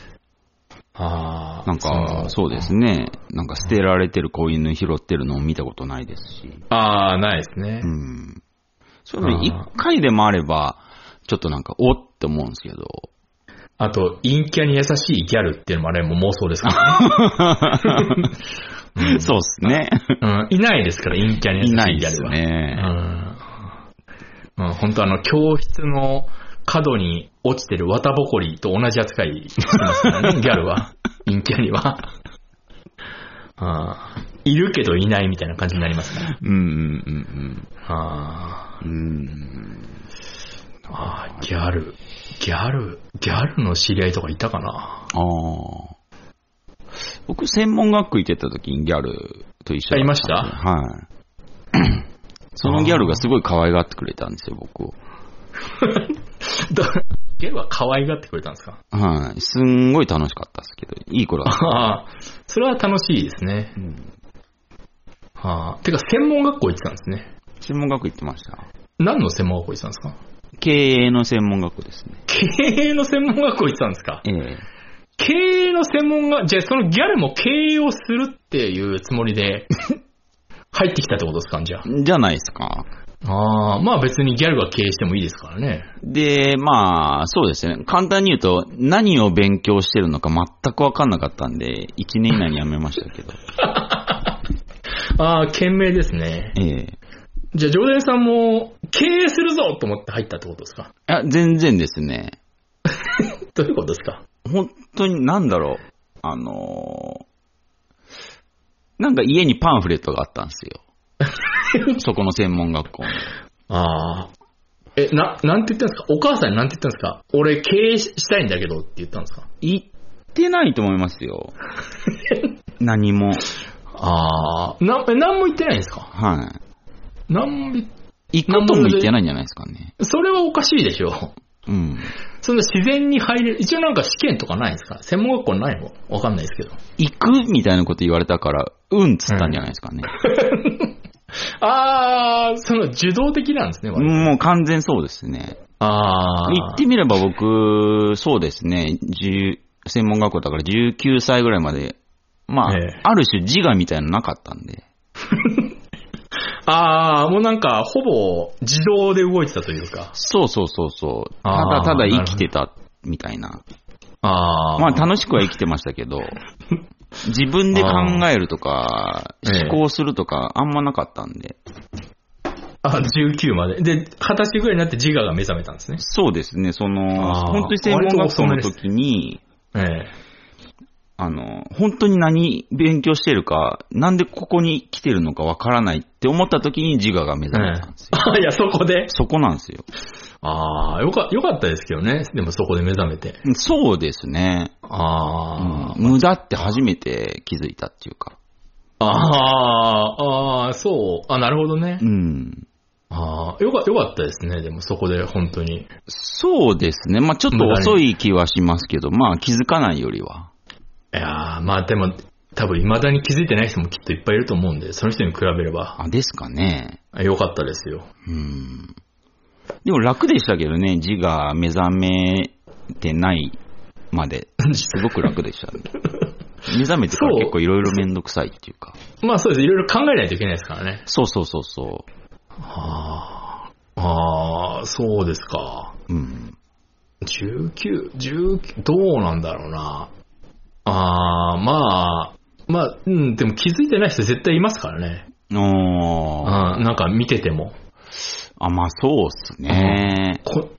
A: ああ。。
B: なんか、そうですすね。なんか捨てられてる子犬拾ってるのを見たことないですし。
A: ああ、ないですね
B: う。ん。そういうの一
A: あー
B: 回でもあれば、ちょっとなんか、おって思うんですけど。
A: あと、陰キャに優しいギャルっていうのもあれも妄想です
B: (laughs)
A: からね。
B: そうですね。
A: うん、いないですから、陰キャに優し
B: (laughs) いない
A: いギ
B: で
A: ャ
B: す
A: ルは。
B: ね。
A: うん。うん、本当あの、教室の角に落ちてる綿ぼこりと同じ扱いしてますからね、ギャルは。陰キャには。うん。いるけどいないみたいな感じになりますから。
B: うんうん
A: あ
B: うんうん。うん。
A: ーあー、ギャル。ギャル、ギャルの知り合いとかいたか
B: (laughs)
A: な
B: ああ。僕、専門学校行ってた時にギャルと一緒だったんで
A: あいました
B: はい。そのギャルがすごい可愛がってくれたんですよ、僕を。
A: どギャルは可愛がってくれたんですか
B: はい。すんごい楽しかったですけど、いい子だった。
A: ああ、それは楽しいですね。
B: うん
A: はあ、てか、専門学校行ってたんですね。
B: 専門学校行ってました。
A: 何の専門学校行ってたんですか
B: 経営の専門学校ですね。
A: 経営の専門学校行ってたんですか
B: ええ
A: 経営の専門が、じゃあそのギャルも経営をするっていうつもり (laughs) で入ってきたってことですかじゃあ。
B: じゃないですか。
A: ああ、まあ別にギャルが経営してもいいですからね。
B: で、まあ、そうですね。簡単に言うと、何を勉強してるのか全くわかんなかったんで、1年以内に辞めましたけど。
A: ああ、懸命ですね。
B: (laughs) ええ
A: じゃあ、常連さんも、経営するぞと思って入ったってことですか
B: いや、全然ですね。
A: どういうことですか
B: 本当に、なんだろう。あのーなんか家にパンフレットがあったんですよ。そこの専門学校の。
A: ああ。え、な、なんて言ったんですかお母さんになんて言ったんですか俺、経営したいんだけどって言ったんですか
B: 行ってないと思いますよ。何も。
A: ああ。な、え、なんも言ってないんですか
B: は
A: なんも言っ、
B: い。行くとも行ってないんじゃないですかね。
A: それはおかしいでしょ。
B: うん。
A: そんな自然に入れる。一応なんか試験とかないんですか専門学校ないのわかんないですけど。
B: 行くみたいなこと言われたから、うんっつったんじゃないですかね。
A: ああ、その受動的なんですね、割と
B: もう完全そうですね。
A: ああ。
B: 言ってみれば僕、そうですね。10専門学校だから19歳ぐらいまで、まあ、
A: ええ
B: ある種自我みたいなのなかったんで。
A: ああ、もうなんか、ほぼ自動で動いてたというか。
B: そうそうそうそう。た
A: あ
B: だ
A: ー
B: ただ生きてたみたいな。
A: ああ。
B: まあ楽しくは生きてまし
A: (laughs)
B: たけど、自分で考えるとか、
A: あー
B: 思考するとか、あんまなかったんで。
A: あ、19まで。で、二十歳ぐらいになって自我が目覚めたんですね。
B: そうですね、その、
A: あー
B: 本当に専門学校の時に、
A: ええ。
B: あの、本当に何勉強してるか、なんでここに来てるのかわからないって思った時に自我が目覚めたんですよ。
A: あいや、そこで。
B: そこなんですよ。
A: ああ、よか、よかったですけどね。でもそこで目覚めて。
B: そうですね。
A: ああ、
B: うん無駄って初めて気づいたっていうか。
A: ああ、ああ、そう。あ、なるほどね
B: う。ん。
A: ああ、よか、よかったですね。でもそこで、本当に。
B: そうですね。まあちょっと遅い気はしますけど、まあ気づかないよりは。
A: いやーまあでも、多分未だに気づいてない人もきっといっぱいいると思うんで、その人に比べれば、
B: あ、ですかね。
A: よかったですよ。
B: うん。でも楽でしたけどね、字が目覚めてないまで、すごく楽でした、 (laughs) ね。目覚めてから結構いろいろめんどくさいっていうか。
A: まあそうです。いろいろ考えないといけないですからね。
B: そうそうそうそ
A: ああ、ああ、そうですか。
B: う。うん。
A: 19、19、どうなんだろうな。ああ、まあ、まあ、うん、でも気づいてない人絶対いますからね。うん、
B: おー。
A: なんか見てても。
B: あ、まあそうっすね。
A: こ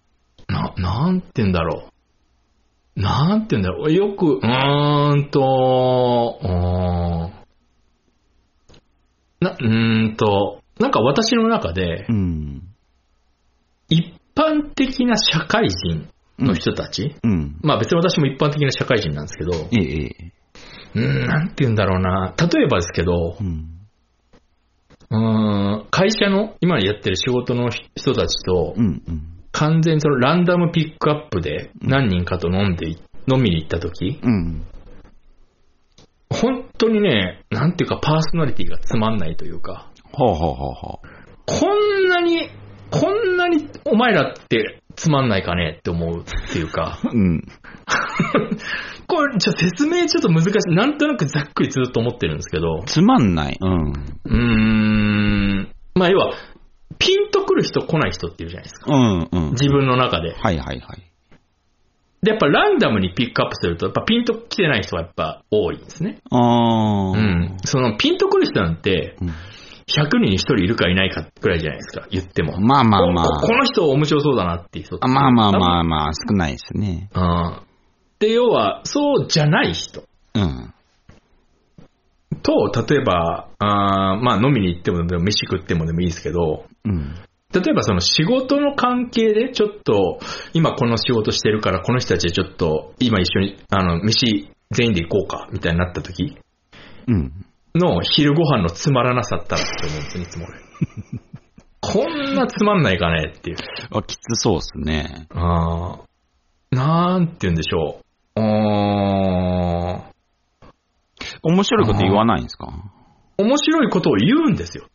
A: な、なんて言うんだろう。なんて言うんだろう。よく、うーんと、うーん。な、うーんと、なんか私の中で
B: う、ん。
A: 一般的な社会人の人たち、
B: うん。
A: まあ別に私も一般的な社会人なんですけど、
B: ええ、ええ。
A: うーん、なんて言うんだろうな。例えばですけど
B: う、ん。
A: うーん、会社の、今やってる仕事の人たちと
B: う、ん。うん。
A: 完全にそのランダムピックアップで何人かと飲んでい、飲みに行った時、
B: うん。
A: 本当にね、なんていうかパーソナリティがつまんないというか、
B: はあ、はあはあはあ、
A: こんなに、こんなにお前らってつまんないかねって思うっていうか、
B: うん。
A: (laughs) これちょっと説明ちょっと難しい。なんとなくざっくりずっと思ってるんですけど、
B: つまんない。う
A: う
B: ん。
A: ーん、まあ要は、ピンとくる人来ない人っていうじゃないですか。
B: うん、うん。
A: 自分の中で。
B: はいはいはい。
A: で、やっぱランダムにピックアップすると、やっぱピンと来てない人がやっぱ多いんですね。
B: あ
A: う
B: ー。
A: ん。そのピンとくる人なんて、
B: うん
A: 100人に1人いるかいないかくらいじゃないですか、言っても。
B: まあまあま
A: ここ
B: あ。
A: この人面白そうだなっていう人
B: あまあまあまあまあ、少ないですね。
A: あ。うん。で、要は、そうじゃない人
B: うん。
A: と、例えば、あーまあ飲みに行ってもでも飯食ってもでもいいですけど、
B: うん。
A: 例えばその仕事の関係でちょっと、今この仕事してるからこの人たちでちょっと、今一緒に、あの、飯全員で行こうか、みたいになった時
B: うん。
A: の昼ご飯のつまらなさったらって思うんですね、いつも
B: (laughs)
A: 俺。こんなつまんないかねっていう。
B: あ、きつそうっすね。
A: あーなんて言うんでしょう。うーん
B: 面白いこと言わないんですか
A: 面白いことを言うんですよ。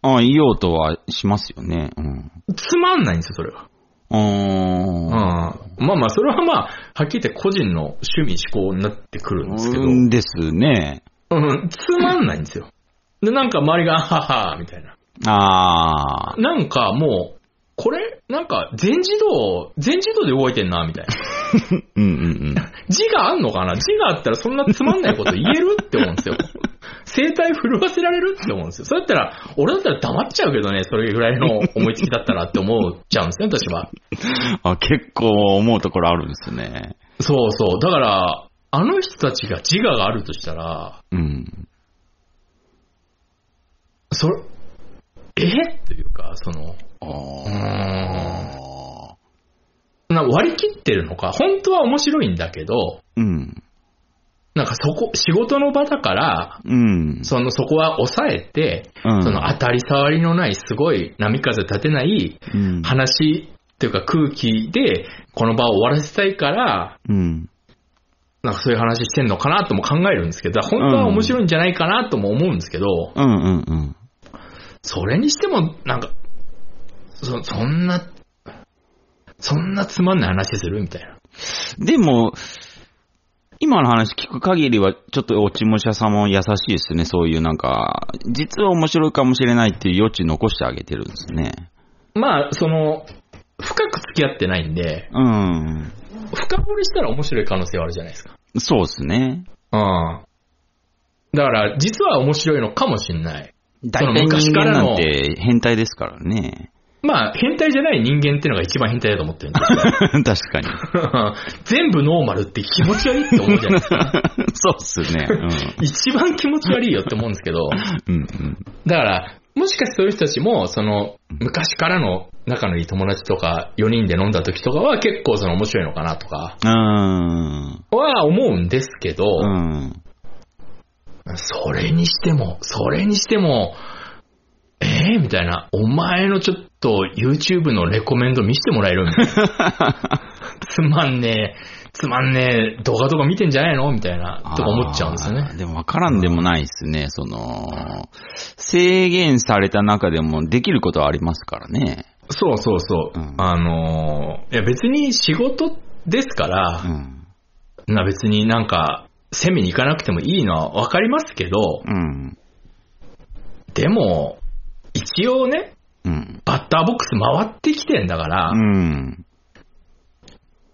B: ああ言おうとはしますよね。うん。
A: つまんないんですよ、それは。うん。
B: あ
A: まあまあ、それはまあ、はっきり言って個人の趣味、思考になってくるんですけど、
B: ー。んですね。
A: うん、つまんないんですよ。で、なんか周りが、あはは、みたいな。
B: ああ。
A: なんかもう、これ、なんか全自動、全自動で動いてんな、みたいな。
B: うんうんうん。
A: 字があんのかな字があったらそんなつまんないこと言えるって思うんですよ。生態震わせられるって思うんですよ。そうやったら、俺だったら黙っちゃうけどね、それぐらいの思いつきだったらって思っちゃうんですね、私は。
B: あ、結構思うところあるんですね。
A: そうそう。だから、あの人たちが自我があるとしたら、
B: うん。
A: それ、えっていうか、その、
B: あ
A: う
B: ー
A: ーん
B: あ
A: な割り切ってるのか、本当は面白いんだけど、
B: ー。うん。
A: なんかそこ、仕事の場だから、
B: うん。
A: その、そこは抑えて、
B: うん
A: その当たり障りのない、すごい波風立てない
B: うん。
A: 話っていうか空気で、この場を終わらせたいから、
B: うん。
A: なんかそういう話してんのかなとも考えるんですけど、本当は面白いんじゃないかなとも思うんですけど、
B: うんうんうん。
A: それにしても、なんか、そ、そんな、そんなつまんない話するみたいな。
B: でも、今の話聞く限りは、ちょっと落ち武者さんも優しいですね。そういうなんか、実は面白いかもしれないっていう余地残してあげてるんですね。
A: まあ、その、深く付き合ってないんで、
B: うん。
A: 深掘りしたら面白い可能性はあるじゃないですか。
B: そうですね。
A: うん。だから、実は面白いのかもしんない。
B: 大
A: その
B: 体
A: 昔
B: 人
A: か
B: 間
A: ら
B: な
A: の
B: んて変態ですからね。 (laughs)
A: まあ、変態じゃない人間っていうのが一番変態だと思ってるんで。
B: (laughs) 確かに。
A: 全部ノーマルって気持ち悪いって思うじゃないですか。
B: (laughs) そうっすね。
A: 一番気持ち悪いよって思うんですけど。
B: うん。うんうん。
A: だから、もしかしてそういう人たちも、その、昔からの仲のいい友達とか、4人で飲んだ時とかは結構その面白いのかなとか、
B: うん。
A: は思うんですけど、
B: うん。
A: それにしても、それにしても、えー、みたいな、お前のちょっと YouTube のレコメンド見せてもらえるみたいな。
B: (laughs)
A: つまんねえ、つまんねえ、動画とか見てんじゃないのみたいな、とか思っちゃうんですよ
B: あー
A: ね。
B: でも分からんでもないですね。その、制限された中でもできることはありますからね。
A: そうそうそう。
B: うん
A: あのーいや別に仕事ですから、
B: うん。
A: な別になんか、攻めに行かなくてもいいのはわかりますけど、
B: うん。
A: でも、一応ね、
B: うん。
A: バッターボックス回ってきてんだから、
B: うん。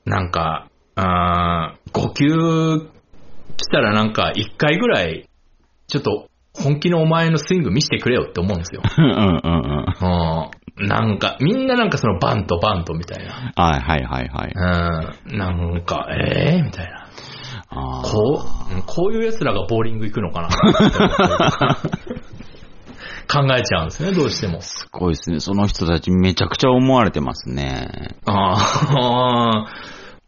A: なんか、あー5球来たらなんか1回ぐらい、ちょっと本気のお前のスイング見せてくれよって思うんですよ。 (laughs)
B: うんうんうん。
A: うん、なんか、みんななんかそのバントバントみたいな。
B: はいはいはいはい。
A: うん、なんか、えーみたいな。
B: あー
A: こう、こういう奴らがボーリング行くのかなって思って (laughs) 考えちゃうんですね、どうしても。
B: すごいですね。その人たちめちゃくちゃ思われてますね。
A: ああ、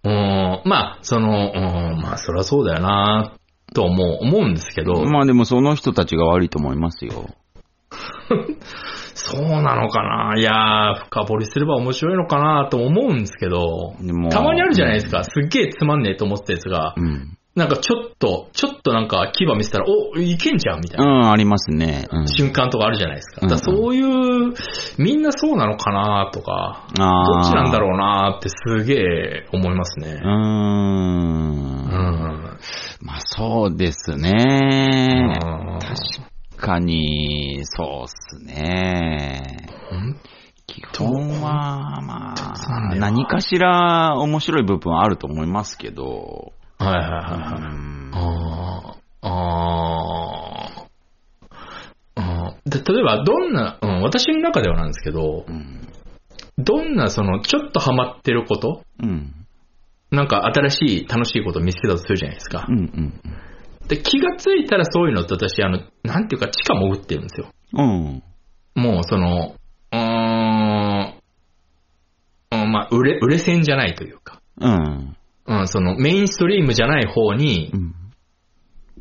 A: うん、まあ、その、うん、まあ、そりゃそうだよな、とも思うんですけど、
B: まあでもその人たちが悪いと思いますよ。
A: そうなのかな、いやー、深掘りすれば面白いのかな、とも思うんですけど、
B: でも
A: たまにあるじゃないですか、すっげえつまんねえと思ってたやつが、
B: うん。
A: なんかちょっと、ちょっとなんか牙見せたら、お、いけんじゃん、みたいうな。
B: ん、ありますね。うん。
A: 瞬間とかあるじゃないですか。だからそういう、みんなそうなのかなとか、ど
B: あ
A: っちなんだ
B: う。
A: ろうなってすげえ思いますね。
B: うー。
A: うんん。
B: まあそうですね。
A: うん
B: 確かに、そうっすね。
A: 本
B: 基本は、ま
A: そうなん
B: あ、
A: だよな
B: 何かしら面白い部分はあると思いますけど、
A: はいはいうはいはい。
B: ん
A: あーあー。あーで例えば、どんな、うん、私の中ではなんですけど
B: う、ん。
A: どんなその、ちょっとハマってること、
B: うん。
A: なんか新しい楽しいことを見つけたとするじゃないですか
B: う。ん。
A: で、気がついたらそういうのって私、あの、なんていうか地下潜ってるんですよ。
B: うん。
A: もうその、うーん、うんまあ、売れ、売れ線じゃないというか、
B: うん。
A: うん、そのメインストリームじゃない方に
B: う、ん。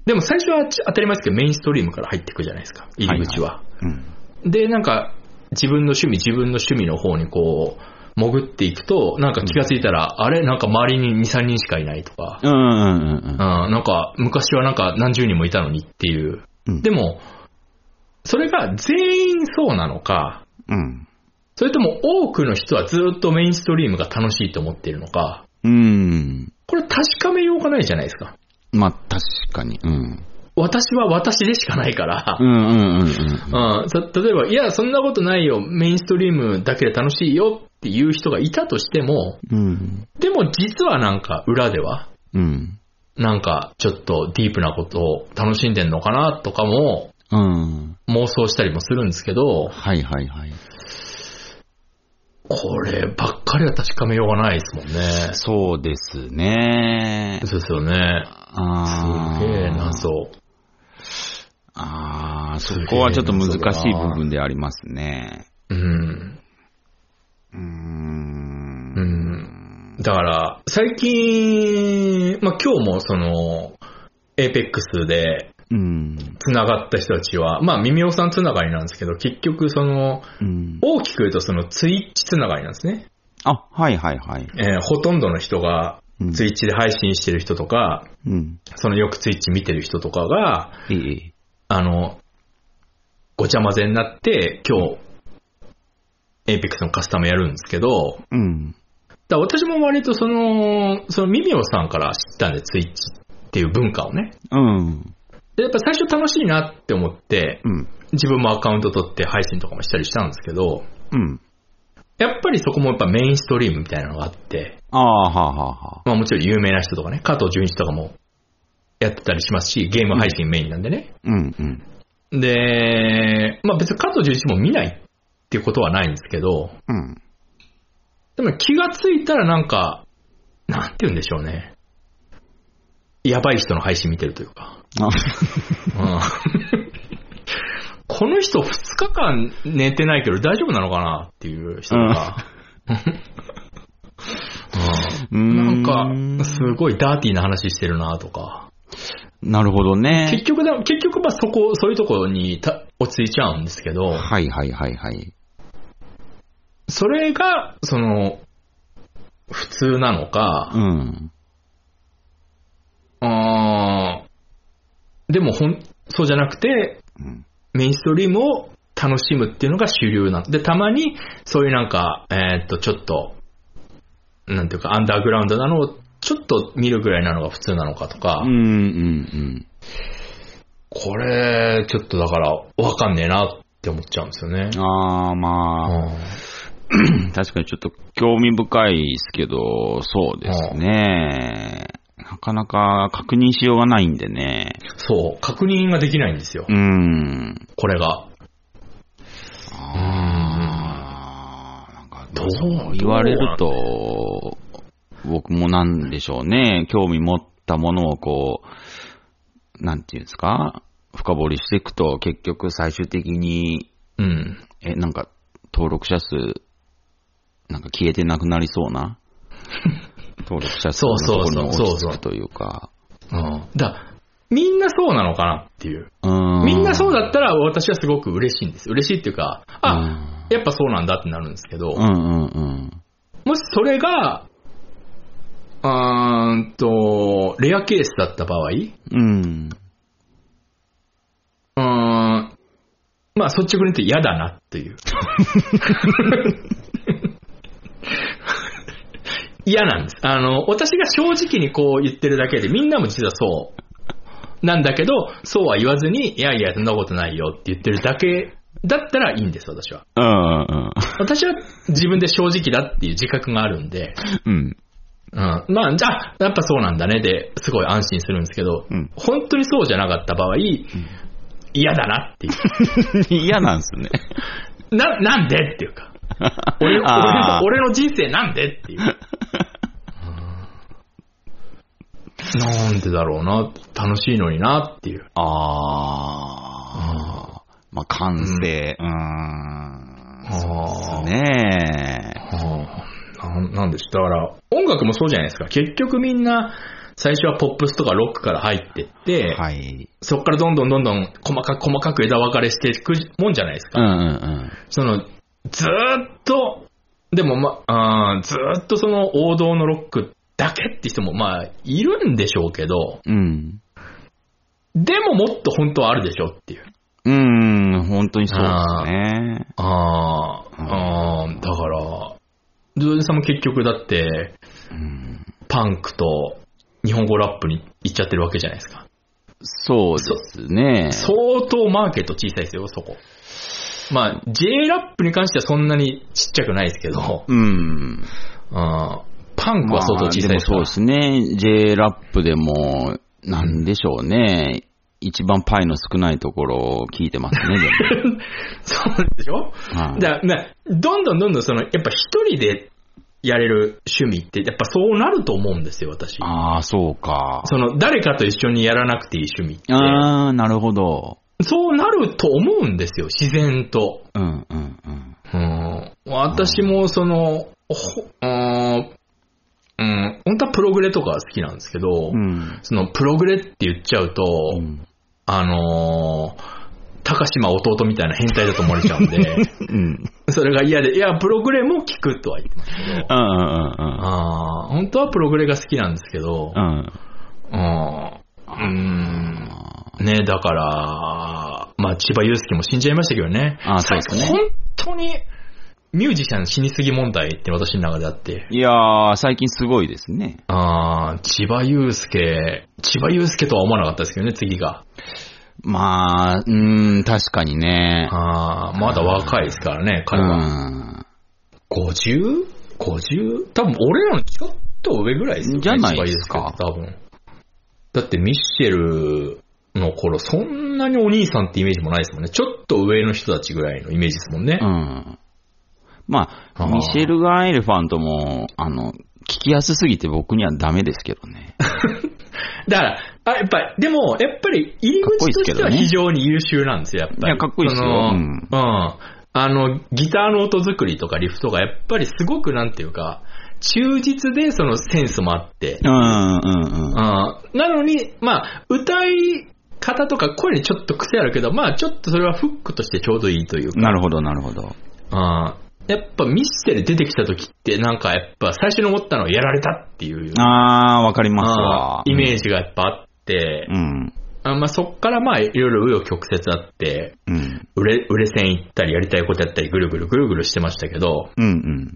A: でも最初はち当たり前ですけどメインストリームから入っていくじゃないですか、入り口は。
B: うん。
A: で、なんか、自分の趣味、自分の趣味の方にこう、潜っていくと、なんか気がついたら、あれなんか周りに2、3人しかいないとか、
B: うん。うん。うん
A: うん、。なんか昔はなんか何十人もいたのにっていう。
B: うん
A: でも、それが全員そうなのか、
B: うん。
A: それとも多くの人はずっとメインストリームが楽しいと思っているのか、
B: うん。
A: これ確かめようがないじゃないですか。
B: まあ、確かに。うん。
A: 私は私でしかないから
B: う、んうんうんうん。
A: うん、さ例えば、いや、そんなことないよ、メインストリームだけで楽しいよっていう人がいたとしても、
B: うん。
A: でも実はなんか裏では、
B: うん。
A: なんか、ちょっとディープなことを楽しんでんのかなとかも
B: うん。
A: 妄想したりもするんですけど、
B: はいはいはい。
A: こればっかりは確かめようがないですもんね。
B: そうですね。
A: そうですよね。
B: あ
A: す
B: ー
A: げえ謎。
B: ああ、そこはちょっと難しい部分でありますね。
A: うん。
B: うー。
A: うんん。だから、最近、まあ、今日もその、エーペックスで
B: うん。
A: 繋がった人たちは、まあ、ミミオさん繋がりなんですけど、結局その、
B: うん。
A: 大きく言うとそのツイッチ繋がりなんですね。
B: あ、はいはいはい。
A: えーほとんどの人が、
B: うん
A: ツイッチで配信してる人とか、
B: うん。
A: そのよくツイッチ見てる人とかが、
B: ええ。
A: あの、ごちゃ混ぜになって、今日、エイペックスのカスタムやるんですけど、
B: うん。
A: だから私も割とその、そのミミオさんから知ったんで、ツイッチっていう文化をね。
B: うん。
A: で、やっぱ最初楽しいなって思って、
B: うん。
A: 自分もアカウント取って配信とかもしたりしたんですけど、
B: うん。
A: やっぱりそこもやっぱメインストリームみたいなのがあって、
B: ああ、はあはあはあ。
A: まあもちろん有名な人とかね、加藤純一とかもやってたりしますし、ゲーム配信メインなんでね。
B: うんうん。
A: で、まあ別に加藤純一も見ないっていうことはないんですけど、
B: うん。
A: でも気がついたらなんか、なんて言うんでしょうね。やばい人の配信見てるというか。
B: あ
A: うん、 (laughs) この人2日間寝てないけど大丈夫なのかなっていう人が。
B: うー
A: (laughs) うん
B: ん
A: なんか、すごいダーティーな話してるなとか。
B: なるほど
A: 結
B: ね。
A: 局だ、結局まあそこ、そういうところにた落ち着いちゃうんですけど。
B: はいはいはいはい。
A: それが、その、普通なの
B: う
A: か、
B: ん。
A: あーでもほん、そうじゃなくて、
B: うん
A: メインストリームを楽しむっていうのが主流なんで、たまに、そういうなんか、えーっと、ちょっと、なんていうか、アンダーグラウンドなのを、ちょっと見るぐらいなのが普通なのかとか、
B: うんうん
A: これ、ちょっとだから、わかんねえなって思っちゃうんですよね
B: うん。。ああ、まあ。
A: う
B: 確かにちょっと興味深いですけど、そうですね。なかなか確認しようがないんでね。
A: んそう、確認ができないんですよ
B: う、ん。
A: これが。
B: あーなんか
A: どう
B: そう言われると、僕もなんでしょうね。興味持ったものをこう、なんていうんですか深掘りしていくと、結局最終的に、
A: うん。
B: え、なんか登録者数、なんか消えてなくなりそう
A: (laughs)
B: な登録者数のところに落ち着くというか。
A: うんだみんなそうなのかなっていう。
B: み
A: みんなそう
B: だ
A: だったら私はすごく嬉しいんです。嬉しいっていうか、あ、
B: あ、
A: やっぱそうなんだってなるんですけど、
B: うんうんうん。
A: もしそれが、うーんと、レアケースだった場合、う
B: うん。
A: ーん、まあ率直に言って嫌だなっていう。 (laughs) 嫌なんです。あの、私が正直にこう言ってるだけで、みんなも実はそう。なんだけど、そうは言わずに、いやいや、そんなことないよって言ってるだけだったらいいんです、私は。
B: うんうん
A: 私は自分で正直だっていう自覚があるんで、
B: うん。
A: (laughs)
B: う
A: うん。
B: ん。
A: まあ、じゃあ、やっぱそうなんだねで、すごい安心するんですけど、
B: うん
A: 本当にそうじゃなかった場合、嫌だなっていう。
B: 嫌なんですね。
A: な、なんでっていうか。俺の俺
B: (laughs) あ
A: の
B: ー
A: 俺の人生なんでっていう。う
B: (laughs)
A: んなんでだろうな、楽しいのになっていう。
B: ああ。まあ、感性。うーん。
A: あー
B: ね
A: あーなんなんでしょうだから、音楽もそうじゃないですか。結局みんな、最初はポップスとかロックから入ってって、
B: え。はい。
A: そこからどんどんどんどん細かく細かく枝分かれしていくもんじゃないです
B: う
A: か。
B: んうん
A: その、ずーっと、でもま、あーずーっとその王道のロックだけって人もまあ、いるんでしょうけど、
B: うん。うん。
A: でももっと本当はあるでしょっていう。
B: うん、本当にそうですね。
A: あーあー、だから、ズーデさんも結局だって、
B: うん
A: パンクと日本語ラップに行っちゃってるわけじゃないですか。
B: そうですね。
A: 相当マーケット小さいですよ、そこ。まあ、J ラップに関してはそんなにちっちゃくないですけど、
B: うん。
A: うんパパンクは相当小さいですか
B: ま
A: ら
B: あでもそうですね。J ラップでも、なんでしょうね。一番パイの少ないところを聞いてますね、で
A: (laughs) そうでしょ
B: も。はい
A: だなどんどんどんどんその、やっぱ一人でやれる趣味って、やっぱそうなると思うんですよ、私。
B: ああ、そうか。
A: その、誰かと一緒にやらなくていい趣味っ
B: ああ、なるほど。
A: て、そうなると思うんですよ、自然と。
B: うんうんうん。
A: うん、私もその、ほうん、うん、本当はプログレとか好きなんですけど、
B: うん。
A: そのプログレって言っちゃうと、
B: うん
A: あのー、高島弟みたいな変態だと思われちゃうん
B: (laughs)
A: で、
B: うん。
A: それが嫌で、いや、プログレも聞くとは言ってますけど、
B: うんうん
A: あー本当はプログレが好きなんですけど
B: う、ん。
A: うん、
B: うん。
A: うん
B: あ
A: ね、だから、まあ、千葉祐介も死んじゃいましたけどね。
B: あそうですね
A: 本当に、ミュージシャン死にすぎ問題って私の中であって
B: ー。いやー、最近すごいですね。
A: あー千葉祐介、千葉祐介とは思わなかったですけどね、次が。
B: まあ、うーん、確かにね。
A: あーまだ若いですからね、
B: う
A: 彼は。
B: ん。
A: 50?50? 多分俺らのちょっと上ぐらいですよ、ね。
B: じゃないですか
A: 千葉祐介って多分。だってミッシェルの頃、そんなにお兄さんってイメージもないですもんね。ちょっと上の人たちぐらいのイメージですもんね。
B: うん。まあ、
A: あー
B: ミシェルガン・エレファントも、あの、聞きやすすぎて僕にはダメですけどね。
A: だから、あやっぱり、でも、やっぱり入り口としては非常に優秀なんですよ、やっぱり。
B: かっこいいっすけどねいやかっこいいっすよ
A: そのう
B: う
A: んん。あの、ギターの音作りとかリフとか、やっぱりすごくなんていうか、忠実でそのセンスもあって
B: う、ん、うん、
A: う
B: うんん。
A: なのに、まあ、歌い方とか声にちょっと癖あるけど、まあ、ちょっとそれはフックとしてちょうどいいというか、
B: なるほど、なるほど。
A: うんやっぱミステル出てきた時って、なんかやっぱ最初に思ったのはやられたっていう、
B: あー、わかりますわ。
A: うんイメー
B: ジ。
A: ジがやっぱあって、
B: うん。
A: あまあ、そっからまあいろいろ紆余曲折あって、
B: うん。
A: 売れ、売れ線行ったり、やりたいことやったり、ぐるぐるぐるぐるしてましたけど、
B: うん、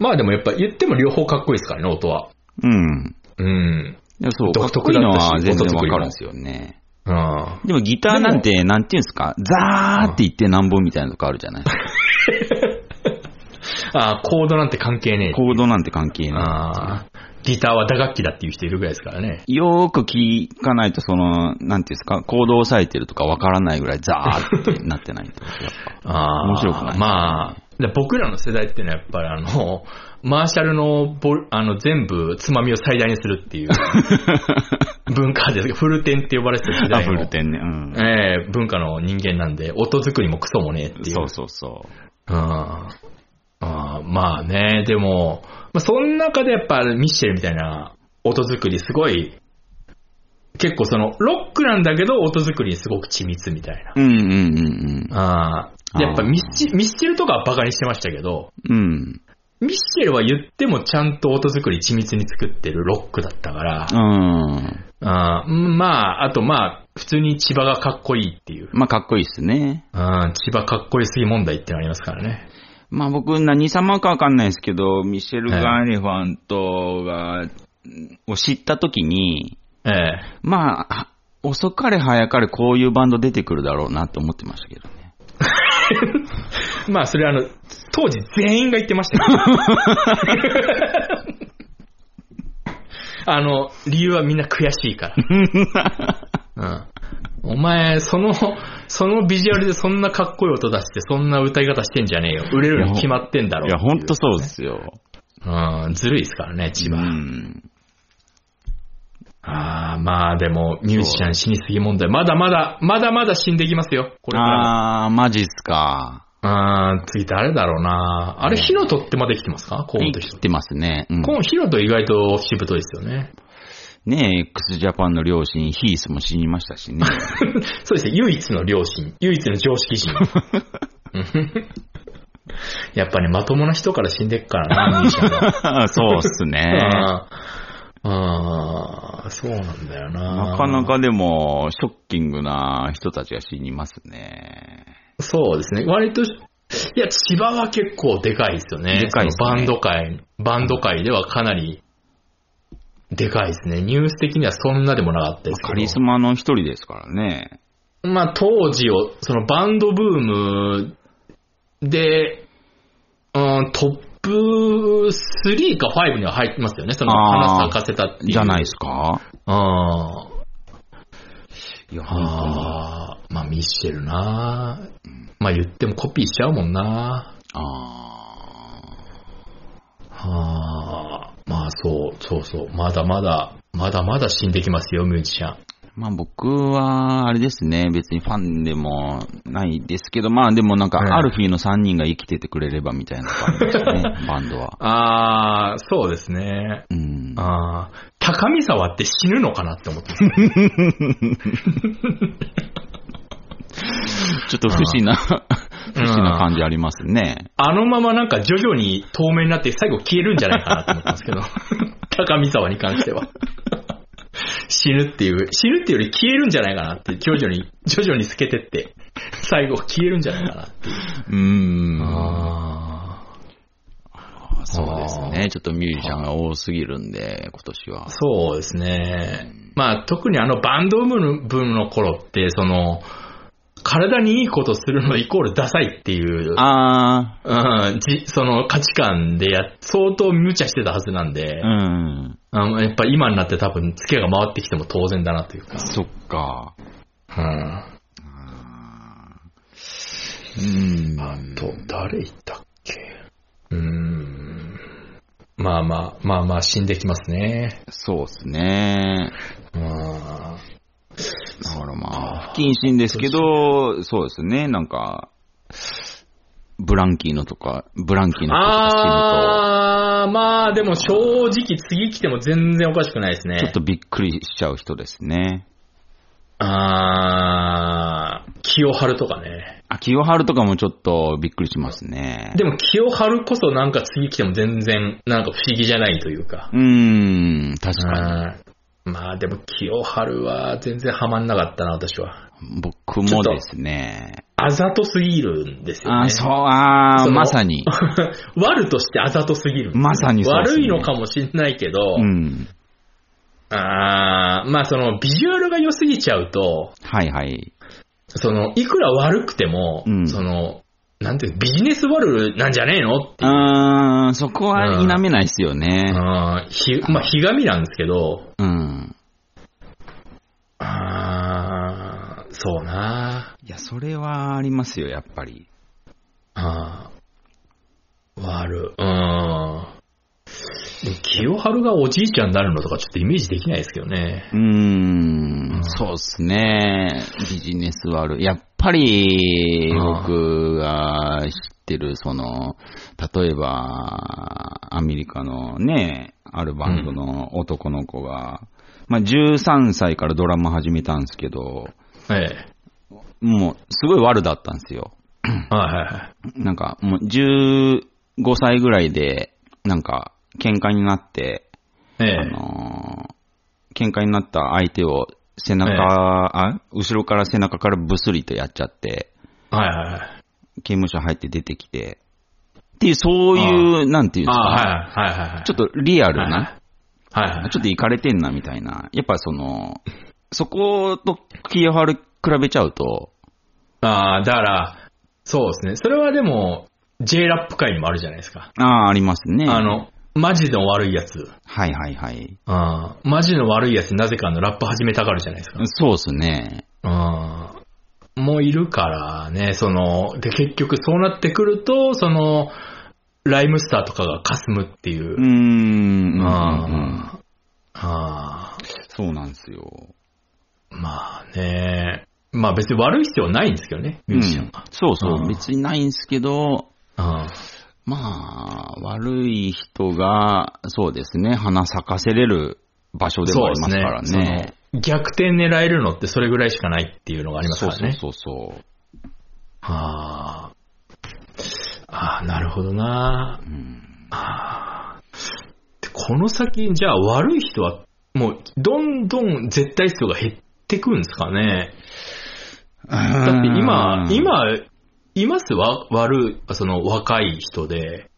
A: まあでもやっぱ言っても両方かっこいいですからね、音は。
B: うん。うん。
A: うん。
B: いやそう、か
A: 独
B: っ
A: 特
B: こいいのは
A: だったし
B: 全然
A: 音
B: わか
A: 作りも
B: るんですよね。
A: うん。
B: でもギターなんて、なんていうんですか、ザーって言ってなんぼみたいなのとかあるじゃない
A: あーコードなんて関係ねえ。
B: (laughs) コードなんて関係ない。
A: あーギターは打楽器だっていう人いるぐらいですからね。
B: よーく聞かないと、その、なんていうんですか、コードを押さえてるとかわからないぐらいザーってなってないと。やっぱ
A: あー
B: 面白くない
A: まあ、で僕らの世代っていうのはやっぱりあの、 (laughs) マーシャルのボルあの全部つまみを最大にするって
B: (laughs)
A: いう文化ですが、フルテンって呼ばれてた時
B: ダ
A: 代
B: ブ
A: の
B: ル点ね。うん。
A: ええ文化の人間なんで、音作りもクソもねえっていう。
B: そうそうそ
A: うんああまあね、でも、まあ、その中でやっぱミッシェルみたいな音作りすごい、結構その、ロックなんだけど音作りすごく緻密みたいな。
B: う。うんうんうん
A: ああやっぱミッシミッシェルとかはバカにしてましたけど、
B: うん。うん。
A: ミッシェルは言ってもちゃんと音作り緻密に作ってるロックだったから、
B: うん。
A: ああまあ、あとまあ、普通に千葉がかっこいいっていう。
B: まあ、かっこいいっすね。
A: ああ、千葉かっこよすぎ問題ってのありますからね。
B: まあ、僕、何様かわかんないですけど、ミシェル・ガンエレファントが、を知ったときに、
A: ええ。
B: まあ、遅かれ早かれこういうバンド出てくるだろうなって思ってましたけどね。
A: まあ、それはあの、当時全員が言ってました
B: (laughs)
A: よ。あの、理由はみんな悔しい
B: (laughs)
A: から。うん。お前、その、そのビジュアルでそんなかっこいい音出して、そんな歌い方してんじゃねえよ。売れるに決まってんだろ
B: いや、ほん
A: って
B: とそうですよ。
A: う。うん、ずるいですからね、千葉。
B: うん。
A: ああ、まあでも、ミュージシャン死にすぎ問題。まだまだ、まだまだ死んでいきますよ。これからも。
B: あー、マジっすか。
A: ああ、次誰だろうな。あれ、火の鳥ってまで来てますか河本人
B: 切ってますね。うん、
A: このヒロト意外としぶといですよね。
B: ねえ、x ジャパンの両親、ヒースも死にましたしね。
A: そうですね、唯一の良心、唯一の常識
B: (laughs)
A: 人。うんやっぱね、まともな人から死んでっからな、ミュー
B: (laughs)
A: ジシャンは
B: (laughs) そうっす (laughs) ね。
A: うんああ、そうなんだよな。
B: なかな。かでも、ショッキングな人たちが死にますね。
A: そうですね、割と、いや、千葉は結構でかいですよね。
B: でかいですね
A: そのバンド界、バンド界ではかなり、でかいですね。ニュース的にはそんなでもなかったですけど。
B: カリスマの一人ですからね。
A: まあ当時を、そのバンドブームで、うん、トップ3か5には入ってますよね、その花咲かせたっていう。
B: じゃないですか
A: あー
B: いや、あ
A: あー。まあ、ミッシェルなまあ、言ってもコピーしちゃうもんな
B: あ
A: はあ。まあ、そう、そうそう。まだまだ、まだまだ死んできますよ、ミュージシャン。
B: ー。まあ僕は、あれですね、別にファンでもないですけど、まあでもなんか、
A: うん
B: アルフィーの3人が生きててくれればみたいな感じです (laughs) ね、バンドは。
A: ああ、そうですね。
B: うん。
A: ああ、高見沢って死ぬのかなって思ってます。
B: ちょっと不思議な、不思議な感じありますね。
A: あのままなんか徐々に透明になって最後消えるんじゃないかなと思ってますけど、高見沢に関しては。死ぬっていう、死ぬっていうより消えるんじゃないかなって、徐々に、徐々に透けてって、最後消えるんじゃないかなっていう。
B: うーん。
A: あ
B: そうですね。ちょっとミュージシャンが多すぎるんで、今年は
A: あ、。そうですね。まあ特にあのバンドブームの頃って、その、体にいいことするのイコールダサいっていう、
B: あ
A: うん、じその価値観でや、相当無茶してたはずなんで、
B: ー、うん。
A: あのやっぱ今になって多分、ツケが回ってきても当然だなというか。
B: そっか。
A: うん。
B: うん。
A: あと、誰いたっけうーん。まあまあ、まあまあ、死んできますね。
B: そうですね。
A: うん。
B: だからまあ、不謹慎ですけど、そうですね。なんか、ブランキーノとか、ブランキーノとか
A: あー、まあでも正直次来ても全然おかしくないですね。
B: 死ぬと、ちょっとびっくりしちゃう人ですね。
A: あー、清春とかね。
B: あ、清春とかもちょっとびっくりしますね。
A: でも清春こそなんか次来ても全然なんか不思議じゃないというか。
B: うーん、確か
A: うん。まあでも清春は全然ハマんなかったな、私は。
B: に。僕もですね。
A: あざとすぎるんですよね。
B: あ、そう、あ
A: そ
B: ー、
A: の
B: まさに。
A: (laughs) 悪としてあざとすぎる。
B: まさにそうです
A: 悪
B: ね
A: いのかもしんないけど、
B: うん。
A: あーまあそのビジュアルが良すぎちゃうと、
B: はいはい。
A: その、いくら悪くても、
B: うん
A: その、なんていうのビジネス悪なんじゃねえのっていう。
B: うーん、そこは否めないですよね。
A: あーひ、まあ、ひがみなんですけど、
B: うん。
A: あーそうない
B: や、それはありますよ、やっぱり。
A: あー悪、うん。でも清春がおじいちゃんになるのとかちょっとイメージできないですけどね。
B: うーん、そうですね。ビジネス悪い。やっぱり、
A: うん
B: 僕が知ってる、その、例えば、アメリカのね、あるバンドの男の子が、まあ、13歳からドラム始めたんですけど、
A: え
B: もう、すごい悪だったんですよ。
A: え。はいはいはい。
B: なんか、もう15歳ぐらいで、なんか、喧嘩になって、
A: え
B: あ
A: え。
B: のー喧嘩になった相手を背中、あ後ろから背中からブスリとやっちゃって、
A: はいはいはい。
B: 刑務所入って出てきて、っていう、そういう、なんていうんですか、
A: ああ、はいはいはいはい。
B: ちょっとリアル
A: はい
B: な、
A: はいはいはい。
B: ちょっといかれてんなみたいな、やっぱその、そこと清春比べちゃうと、
A: ああ、だから、そうですね。それはでも、J ラップ界にもあるじゃないですか。
B: ああ、ありますね。
A: あ、の、マジの悪いやつ。
B: はいはいはい。
A: あーマジの悪いやつ、なぜかあのラップ始めたがるじゃないですか。
B: そうですね。
A: あーもういるからね、その、で、結局そうなってくると、その、ライムスターとかが霞むっていう
B: ー
A: う。
B: ん。うんうんうん
A: あーあー
B: そうなんですよ。
A: まあね、まあ別に悪い必要はないんですけどね、ミュージシャンは
B: うん。そうそうう、
A: ん
B: 別にないんですけど、
A: あ
B: まあ、悪い人が、そうですね、花咲かせれる場所
A: ー
B: でもありますから
A: そうです
B: ね。
A: その逆転狙えるのってそれぐらいしかないっていうのがあります
B: そう
A: から
B: そう
A: ね。
B: そうそう。
A: あーあー、なるほどな。
B: うん
A: でこの先、じゃあ悪い人は、もう、どんどん絶対数が減ってくんですかね。だって今、、今、いますわ、悪い、その若い人で、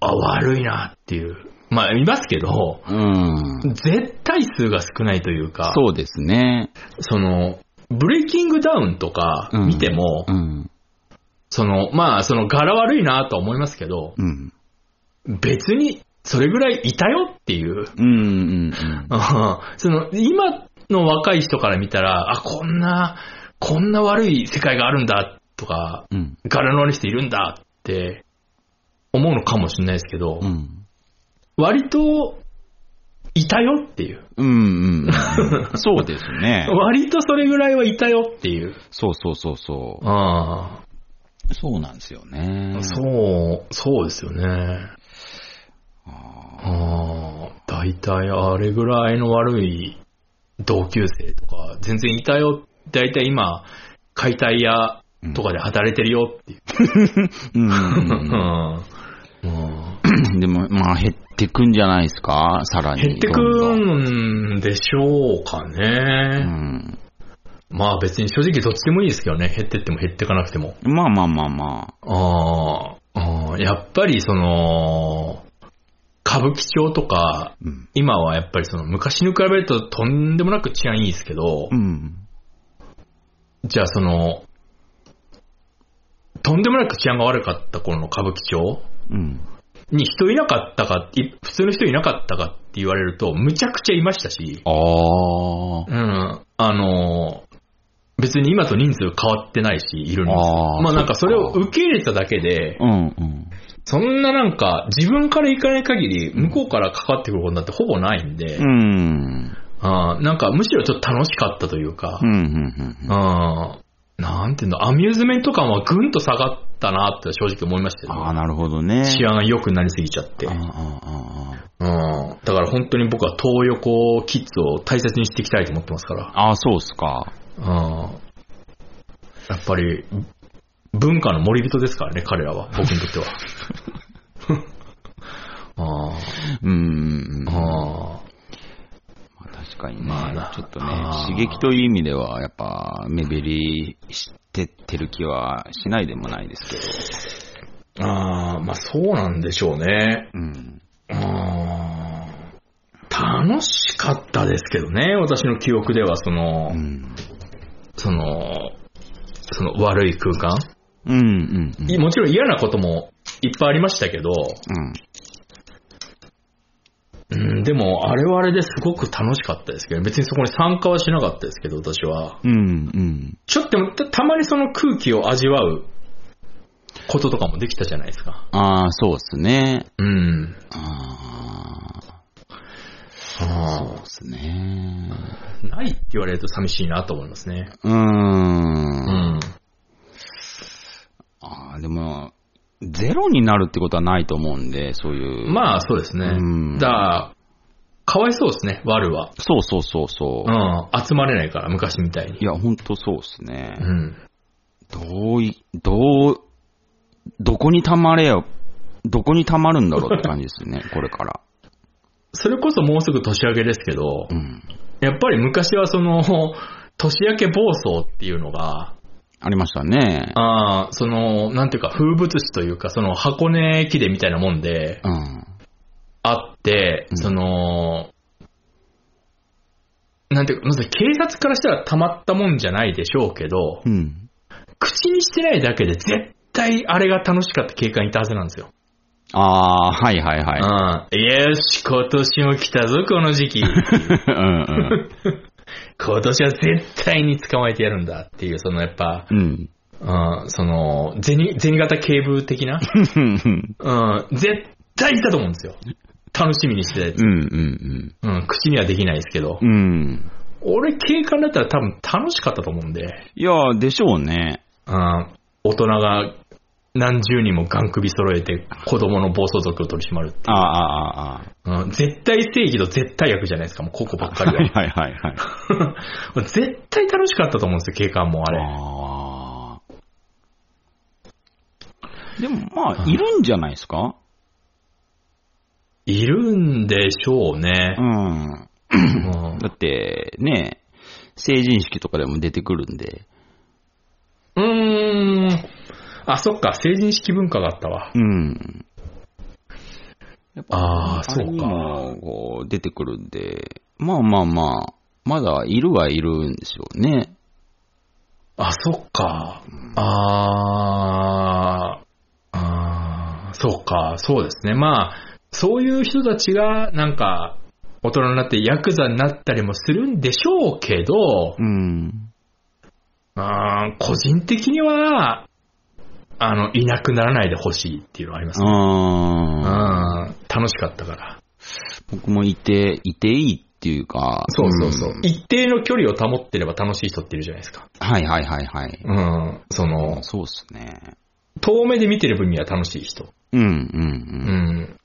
A: あ、悪いなっていう。まあ、いますけど、
B: うん。
A: 絶対数が少ないというか、
B: そうですね。
A: その、ブレイキングダウンとか見ても、
B: うん。
A: その、まあ、その柄悪いなとは思いますけど、
B: うん。
A: 別にそれぐらいいたよっていう。
B: うんうんうん。
A: うんその、今の若い人から見たら、あ、こんな、こんな悪い世界があるんだとか、
B: うん。
A: 柄の悪い人いるんだって思うのかもしれないですけど、
B: うん。
A: 割と、いたよっていう。 (laughs)
B: うんうん。そうですね。
A: 割とそれぐらいはいたよっていう。
B: そうそうそうそ
A: あ
B: う。そうなんですよね
A: あ、。そう、そうですよね。
B: あ
A: ああ、大体あれぐらいの悪い同級生とか、全然いたよ。大体今、解体屋
B: ー
A: とか。で働いてるよっていう。
B: うんう
A: う
B: んうん
A: んうん
B: うん。でも、まあ、減ってくんじゃないですかさら
A: (laughs)
B: に。
A: 減ってく
B: どんどん
A: んでしょうか
B: う
A: ね。
B: ん。
A: まあ別に正直どっちでもいいですけどね。減ってっても減ってかなくても。
B: まあまあまあま
A: あーあー、やっぱりその、歌舞伎町とか、
B: あ。うん。
A: 今はやっぱりその昔に比べるととんでもなく治安いいですけど
B: う、ん。
A: じゃあその、とんでもなく治安が悪かった頃の歌舞伎町
B: うん。
A: に人いなかったかって、い普通の人いなかったかって言われると、むちゃくちゃいましたし、
B: ああ。
A: うん、あの、別に今と人数変わってないし、いるんです。
B: あー
A: まあなんかそれを
B: そっか
A: 受け入れただけで、
B: うんうん。
A: そんななんか自分から行かない限り向こうからかかってくることなんてほぼないんで、
B: うん。
A: あーなんかむしろちょっと楽しかったというか
B: うん、うんうんうん。
A: あーなんていうの、アミューズメント感はぐんと下がったなって正直思いましたよ、
B: ああ、なるほどね。
A: 治安が良くなりすぎちゃって。
B: あ
A: う
B: あ
A: ん、
B: ああ
A: だから本当に僕は東横キッズを大切にしていきたいと思ってますから。
B: ああ、そうっすか。
A: うん、やっぱり、文化の森人ですからね、彼らは。僕にとっては。 (laughs) あー
B: うんうんうん。
A: あ
B: まあ確かにね、
A: まあな
B: ちょっと
A: あ
B: ね
A: ー、
B: 刺激という意味では、やっぱ、目減りしてってる気はしないでもないですけ
A: ー
B: ど。
A: あー、まあそうなんでしょうね。
B: うん。
A: あー楽しかったですけどね、私の記憶では、その、
B: うん。
A: その、その悪い空間、
B: うんうんうん。
A: いもちろん嫌なこともいっぱいありましたけど、
B: うん。
A: うん、でも、あれはあれですごく楽しかったですけど、別にそこに参加はしなかったですけど、私は。
B: うんうん。
A: ちょっとでもたたまにその空気を味わうこととかもできたじゃないですか。
B: ああ、そうっすね。
A: うん。
B: ああ、
A: あ
B: そうっすね。
A: ーないって言われると寂しいなと思いますね。
B: うーん。
A: うん。
B: ああ、でも、ゼロになるってことはないと思うんで、そういう。あ、
A: まあ、そうですね。
B: うん
A: だから、かわいそうですね、悪は。
B: そうそうそうそうう。
A: ん。集まれないから、昔みたいに
B: い。や、ほんとそうっすね
A: う。ん。
B: どうい、どう、どこに溜まれよ、どこに溜まるんだろうって感じですね、これから。
A: それこそもうすぐ年明けですけど
B: う、ん。
A: やっぱり昔はその、年明け暴走っていうのが、
B: ありましたね。
A: ああ、その、なんていうか、風物詩というか、その箱根駅伝みたいなもんで、
B: うん。
A: あって、
B: うん
A: その、なんていうか、まず警察からしたらたまったもんじゃないでしょうけど、
B: うん。
A: 口にしてないだけで絶対あれが楽しかった警官いたはずなんですよ。
B: ああ、はいはいはい。
A: うん。よし、今年も来たぞ、この
B: (laughs)
A: 時期。
B: うん
A: 今年は絶対に捕まえてやるんだっていう、そのやっぱ、
B: うん。
A: うん、その、銭、銭形警部的な、
B: うん。
A: うん、絶対いたと思うんですよ。楽しみにしてたやつ
B: うんうん
A: うん、口にはできないですけど
B: うん。う。ん。
A: 俺、警官だったら多分楽しかったと思うんで、
B: いや、でしょうね。
A: うん、大人が何十人もガン首揃えて子供の暴走族を取り締まる。
B: ああ、ああ、あ
A: うん、絶対正義と絶対悪じゃないですか、もうここばっ
B: あ。
A: か
B: はい
A: り
B: はいはい
A: (laughs)
B: はい。
A: は。絶対楽しかったと思うんですよ、警官もあれ。
B: ああ。でも、まあ、
A: うん
B: いるんじゃないですか
A: いるんでしょうね
B: う。ん。
A: うん
B: だって、ね、成人式とかでも出てくるんで。
A: うーん。あ、そっか、成人式文化があったわ。
B: うん。
A: ああ、
B: あ
A: そ
B: れに
A: うか。
B: もこう出てくるんで、まあまあまあ、まだいるはいるんでしょうね。
A: あ、そっか。あーあー、そうか、そうですね。まあ、そういう人たちが、なんか、大人になってヤクザになったりもするんでしょうけど、
B: うん。
A: うーん個人的には、あの、いなくならないでほしいっていうのはありますね。うん
B: ああ。
A: 楽しかったから。
B: 僕もいて、いていいっていうか。
A: そうそうそう。
B: ん
A: 一定の距離を保ってれば楽しい人っているじゃないですか。
B: はいはいはいはい。
A: うん。その、
B: そうっすね。
A: 遠目で見てる分には楽しい人。
B: うんうん
A: う
B: うん
A: ん。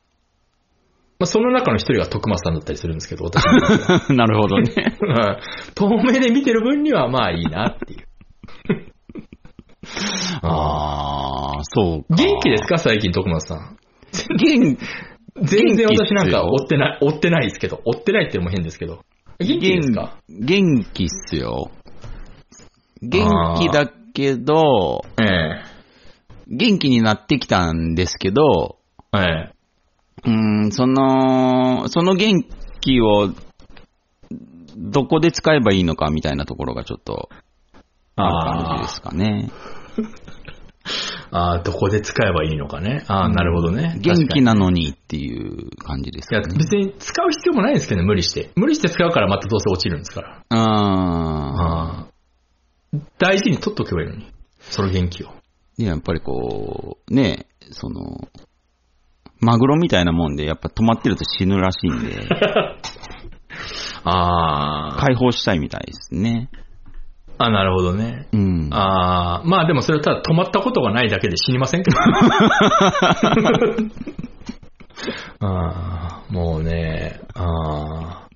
A: まあ、その中の一人が徳松さんだったりするんですけど、私の (laughs) 中では
B: なるほどね。
A: うん遠目で見てる分にはまあいいなっていう。 (laughs) あ
B: ああ、そうか。
A: 元気ですか最近、徳松さん。
B: 元
A: 全然
B: 元気っす
A: 私
B: よ
A: なんか追ってない、追ってないですけど、追ってないってのも変ですけど。元気ですか
B: 元気っすよ。元気だけど、
A: え
B: 元気になってきたんですけど、
A: え。え
B: うーん、その、その元気を、どこで使えばいいのかみたいなところがちょっと、ある感じ
A: あ
B: ですかね。
A: あー、どこで使えばいいのかね。ああ、なるほどね。
B: 元気
A: な。
B: なのにっていう感じです
A: い
B: か
A: や、
B: ね。
A: 別に使う必要もないですけどね、無理して。無理して使うからまたどうせ落ちるんですから。
B: あ
A: ああ。大事に取っとけばいいのに。その元気を。
B: ーやっぱりこう、ね、その、マグロみたいなもんで、やっぱ止まってると死ぬらしいん (laughs) で、
A: ああ。
B: 解放したいみたいですね。
A: あ、なるほどね。
B: うん。
A: ああ、まあでもそれはただ止まったことがないだけで死にませんけど。 (laughs) あーもうね、あ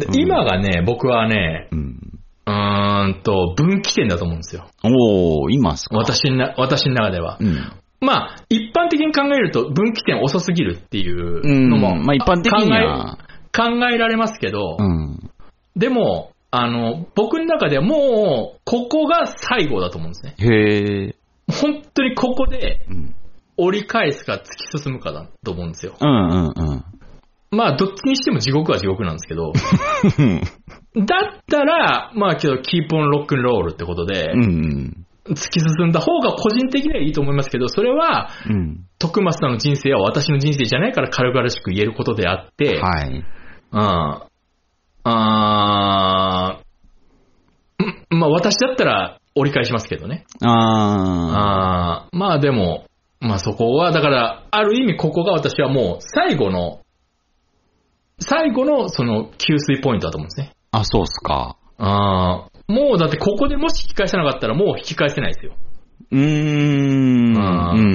A: ーで今がね、僕はね、
B: うん。
A: うーんと、分岐点だと思うんですよ。
B: おー、いますか
A: 私な私の中では
B: う。ん。
A: まあ、一般的に考えると分岐点遅すぎるっていう
B: うん。
A: のも、
B: まあ一般的には、
A: 考え考えられますけど、
B: うん。
A: でも、あの、僕の中ではもう、ここが最後だと思うんですね。
B: へえ。
A: 本当にここで
B: うん。
A: 折り返すか突き進むかだと思うんですよ。
B: うんうんうん。 (laughs)
A: まあ、どっちにしても地獄は地獄なんですけど、だったら、まあけど、キープオンロックンロールってことで
B: う、ん
A: 突き進んだ方が個人的にはいいと思いますけど、それは、
B: うん。うん。
A: 徳松さんの人生は私の人生じゃないから軽々しく言えることであって、
B: はい。
A: うん。あーうんまあ私だったら折り返しますけどね。
B: あ
A: あーまあでも、まあそこは、だから、ある意味ここが私はもう最後の、最後のその給水ポイントだと思うんですね。
B: あ。あ、そうっすか。
A: あーもうだってここでもし引き返さなかったらもう引き返せないですよ。
B: うーん。うん
A: あー
B: うんう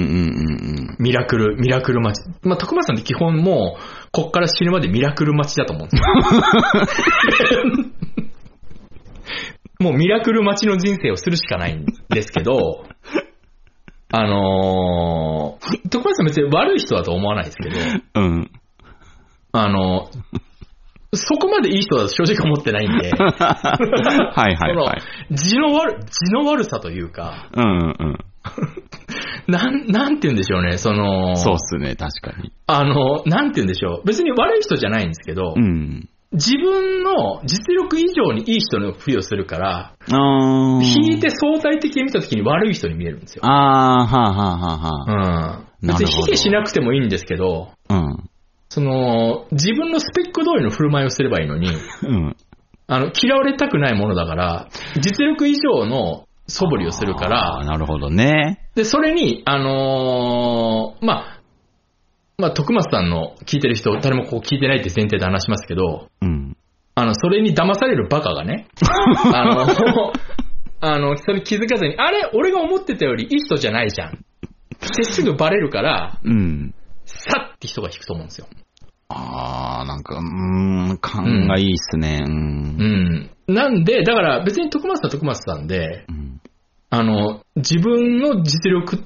B: ん
A: ミラクル、ミラクル待ち。まあ徳松さんって基本もう、こっから死ぬまでミラクル待ちだと思うんですよ。
B: (laughs)
A: もうミラクル待ちの人生をするしかないんですけど、あのー、徳松さん別に悪い人だと思わないですけど、
B: うん。うん。
A: あの、そこまでいい人だと正直思ってないん
B: (laughs)
A: で、
B: はいはいはい。
A: その、地の悪、地の悪さというか、
B: うんうん。
A: なん、なんて言うんでしょうね、その、
B: そうっすね、確かに。
A: あの、なんて言うんでしょう、別に悪い人じゃないんですけど、
B: うん。
A: 自分の実力以上にいい人のふりをするから、
B: ああ。
A: 引い。て相対的に見た時に悪い人に見えるんですよ。
B: ああ、はあはあはあ
A: う
B: は
A: ん。
B: な
A: 別
B: る
A: に
B: ほど
A: 否定しなくてもいいんですけど、
B: あ。うん。
A: その、自分のスペック通りの振る舞いをすればいい
B: (laughs)
A: のに、
B: うん。
A: あの、嫌われたくないものだから、実力以上の素振りをするか
B: あー
A: ら、
B: なるほどね。
A: で、それに、あのーまあ、まあ、徳松さんの聞いてる人、誰もこう聞いてないって前提で話しますけど、
B: うん。
A: あの、それに騙されるバカが
B: (laughs)
A: ね、あの、あの、それ気づかずに、あれ俺が思ってたよりいい人じゃないじゃん。ってすぐバレるから、
B: うん。
A: さって人が引くと思うんですよ。
B: ああ、なんか、うーん、勘がいいっすね。うん。
A: うん。なんで、だから別に徳松さんは徳松さんで、
B: うん
A: あの、自分の実力通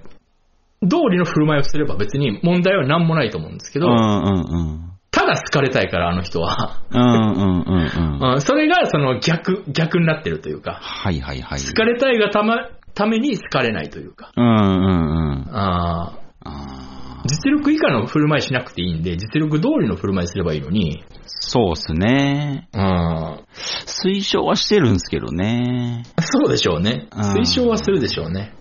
A: りの振る舞いをすれば別に問題は何もないと思うんですけ
B: う
A: ど、
B: んうんうん。
A: ただ好かれたいから、あの人は。
B: うんうんうんうん。
A: うん、それがその逆、逆になってるというか、
B: はいはいはい。
A: 好かれたいがたま、ために好かれないというか、
B: うんうんうん。
A: あー
B: あー
A: 実力以下の振る舞いしなくていいんで、実力通りの振る舞いすればいいのに、
B: そうっすね。
A: うん、
B: 推奨はしてるんですけどね。
A: そうでしょうね。
B: うん
A: 推奨はするでしょうね。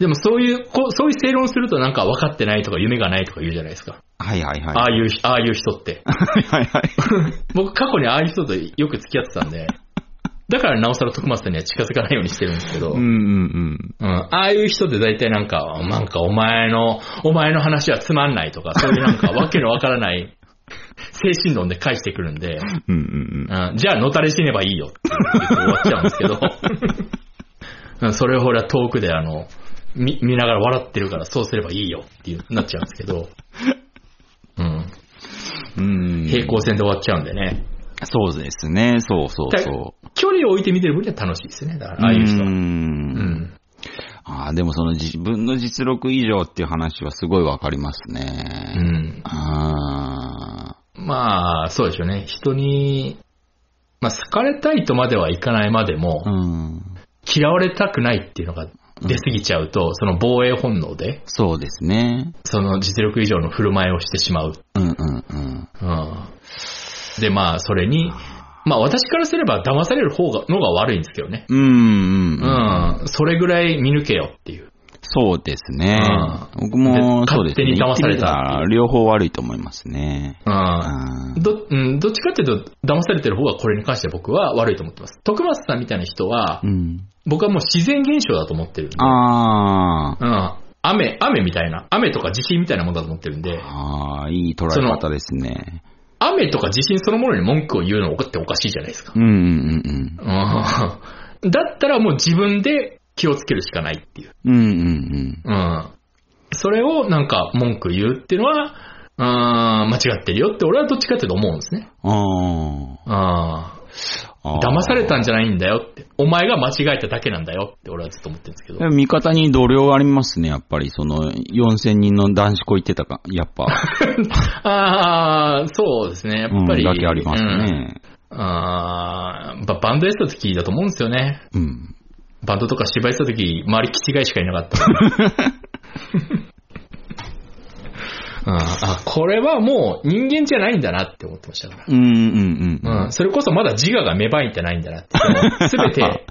A: でもそういう、こうそういう正論するとなんか分かってないとか夢がないとか言うじゃないですか。
B: はいはいはい。
A: ああいうひ、ああいう人
B: (laughs)
A: って。
B: はいはいはい。
A: 僕過去にああいう人とよく付き合ってたんで、だからなおさら徳松さんには近づかないようにしてるんですけど、
B: うんうん
A: うん、ああいう人って大体なんか、なんかお前の、お前の話はつまんないとか、そういうなんかわけのわからない精神論で返してくるん
B: (laughs)
A: で、
B: うん。うんうん
A: うん、じゃあ野垂れ死ねばいいよって言って終わっちゃうんですけど、うんそれをほら遠くであの、見見ながら笑ってるからそうすればいいよっていうなっちゃうんですけど、うん、
B: うん。うん。
A: 平行線で終わっちゃうんでね。
B: そうですね。そうそうそう。
A: 距離を置いて見てる分には楽しいですね、だから、ああいう人
B: う。
A: は。うんん。
B: ああ、でもその自分の実力以上っていう話はすごいわかります
A: うん。
B: ね。ああ。
A: まあ、そうでしょうね。人に、まあ、好かれたいとまではいかないまでも
B: う、ん。
A: 嫌われたくないっていうのが出過ぎちゃうと、その防衛本能で、
B: そうですね。
A: その実力以上の振る舞いをしてしまう。
B: うんうんうん。
A: うん。で、まあ、それに、まあ、私からすれば騙される方が、のが悪いんですけどね。
B: うんうん
A: う
B: うん。
A: ん。それぐらい見抜けよっていう。
B: そうですね
A: う。
B: 僕も
A: で
B: そうです
A: 勝手
B: ね。
A: に騙された
B: 言ってみら両方悪いと思いますね。
A: うん。
B: あー
A: ど、うん、どっちかっていうと、騙されてる方がこれに関して僕は悪いと思ってます。徳松さんみたいな人は
B: う、ん。
A: 僕はもう自然現象だと思ってるんで。
B: あ
A: うん。雨、雨みたいな。雨とか地震みたいなものだと思ってるんで
B: あ。、ああ、いい捉え方ですね。
A: 雨とか地震そのものに文句を言うのっておかしいじゃないですか。
B: うんうんうん
A: うん。だったらもう自分で気をつけるしかないっていう。
B: うん。うんうん
A: うん。それをなんか文句言うっていうのは、うん、間違ってるよって俺はどっちかっていうと思うんですね。
B: うん。
A: うん。
B: ああ。
A: 騙されたんじゃないんだよって。お前が間違えただけなんだよって俺はずっと思ってるんですけど。
B: でも味方に度量ありますね、やっぱり。その、4000人の男子校行ってたか、やっぱ。
A: ああ、そうです (laughs) ね。やっぱり。
B: うん、だけありますね。
A: うん。ああ、ばバンドやってた時だと思うんですよね。
B: うん。
A: バンドとか芝居してた時、周り気違いしかいなかったから。
B: (laughs)
A: うん、あこれはもう人間じゃないんだなって思ってましたから。
B: うん、うん、うん。
A: うん、それこそまだ自我が芽生えてないんだな
B: (laughs)
A: って。すべて、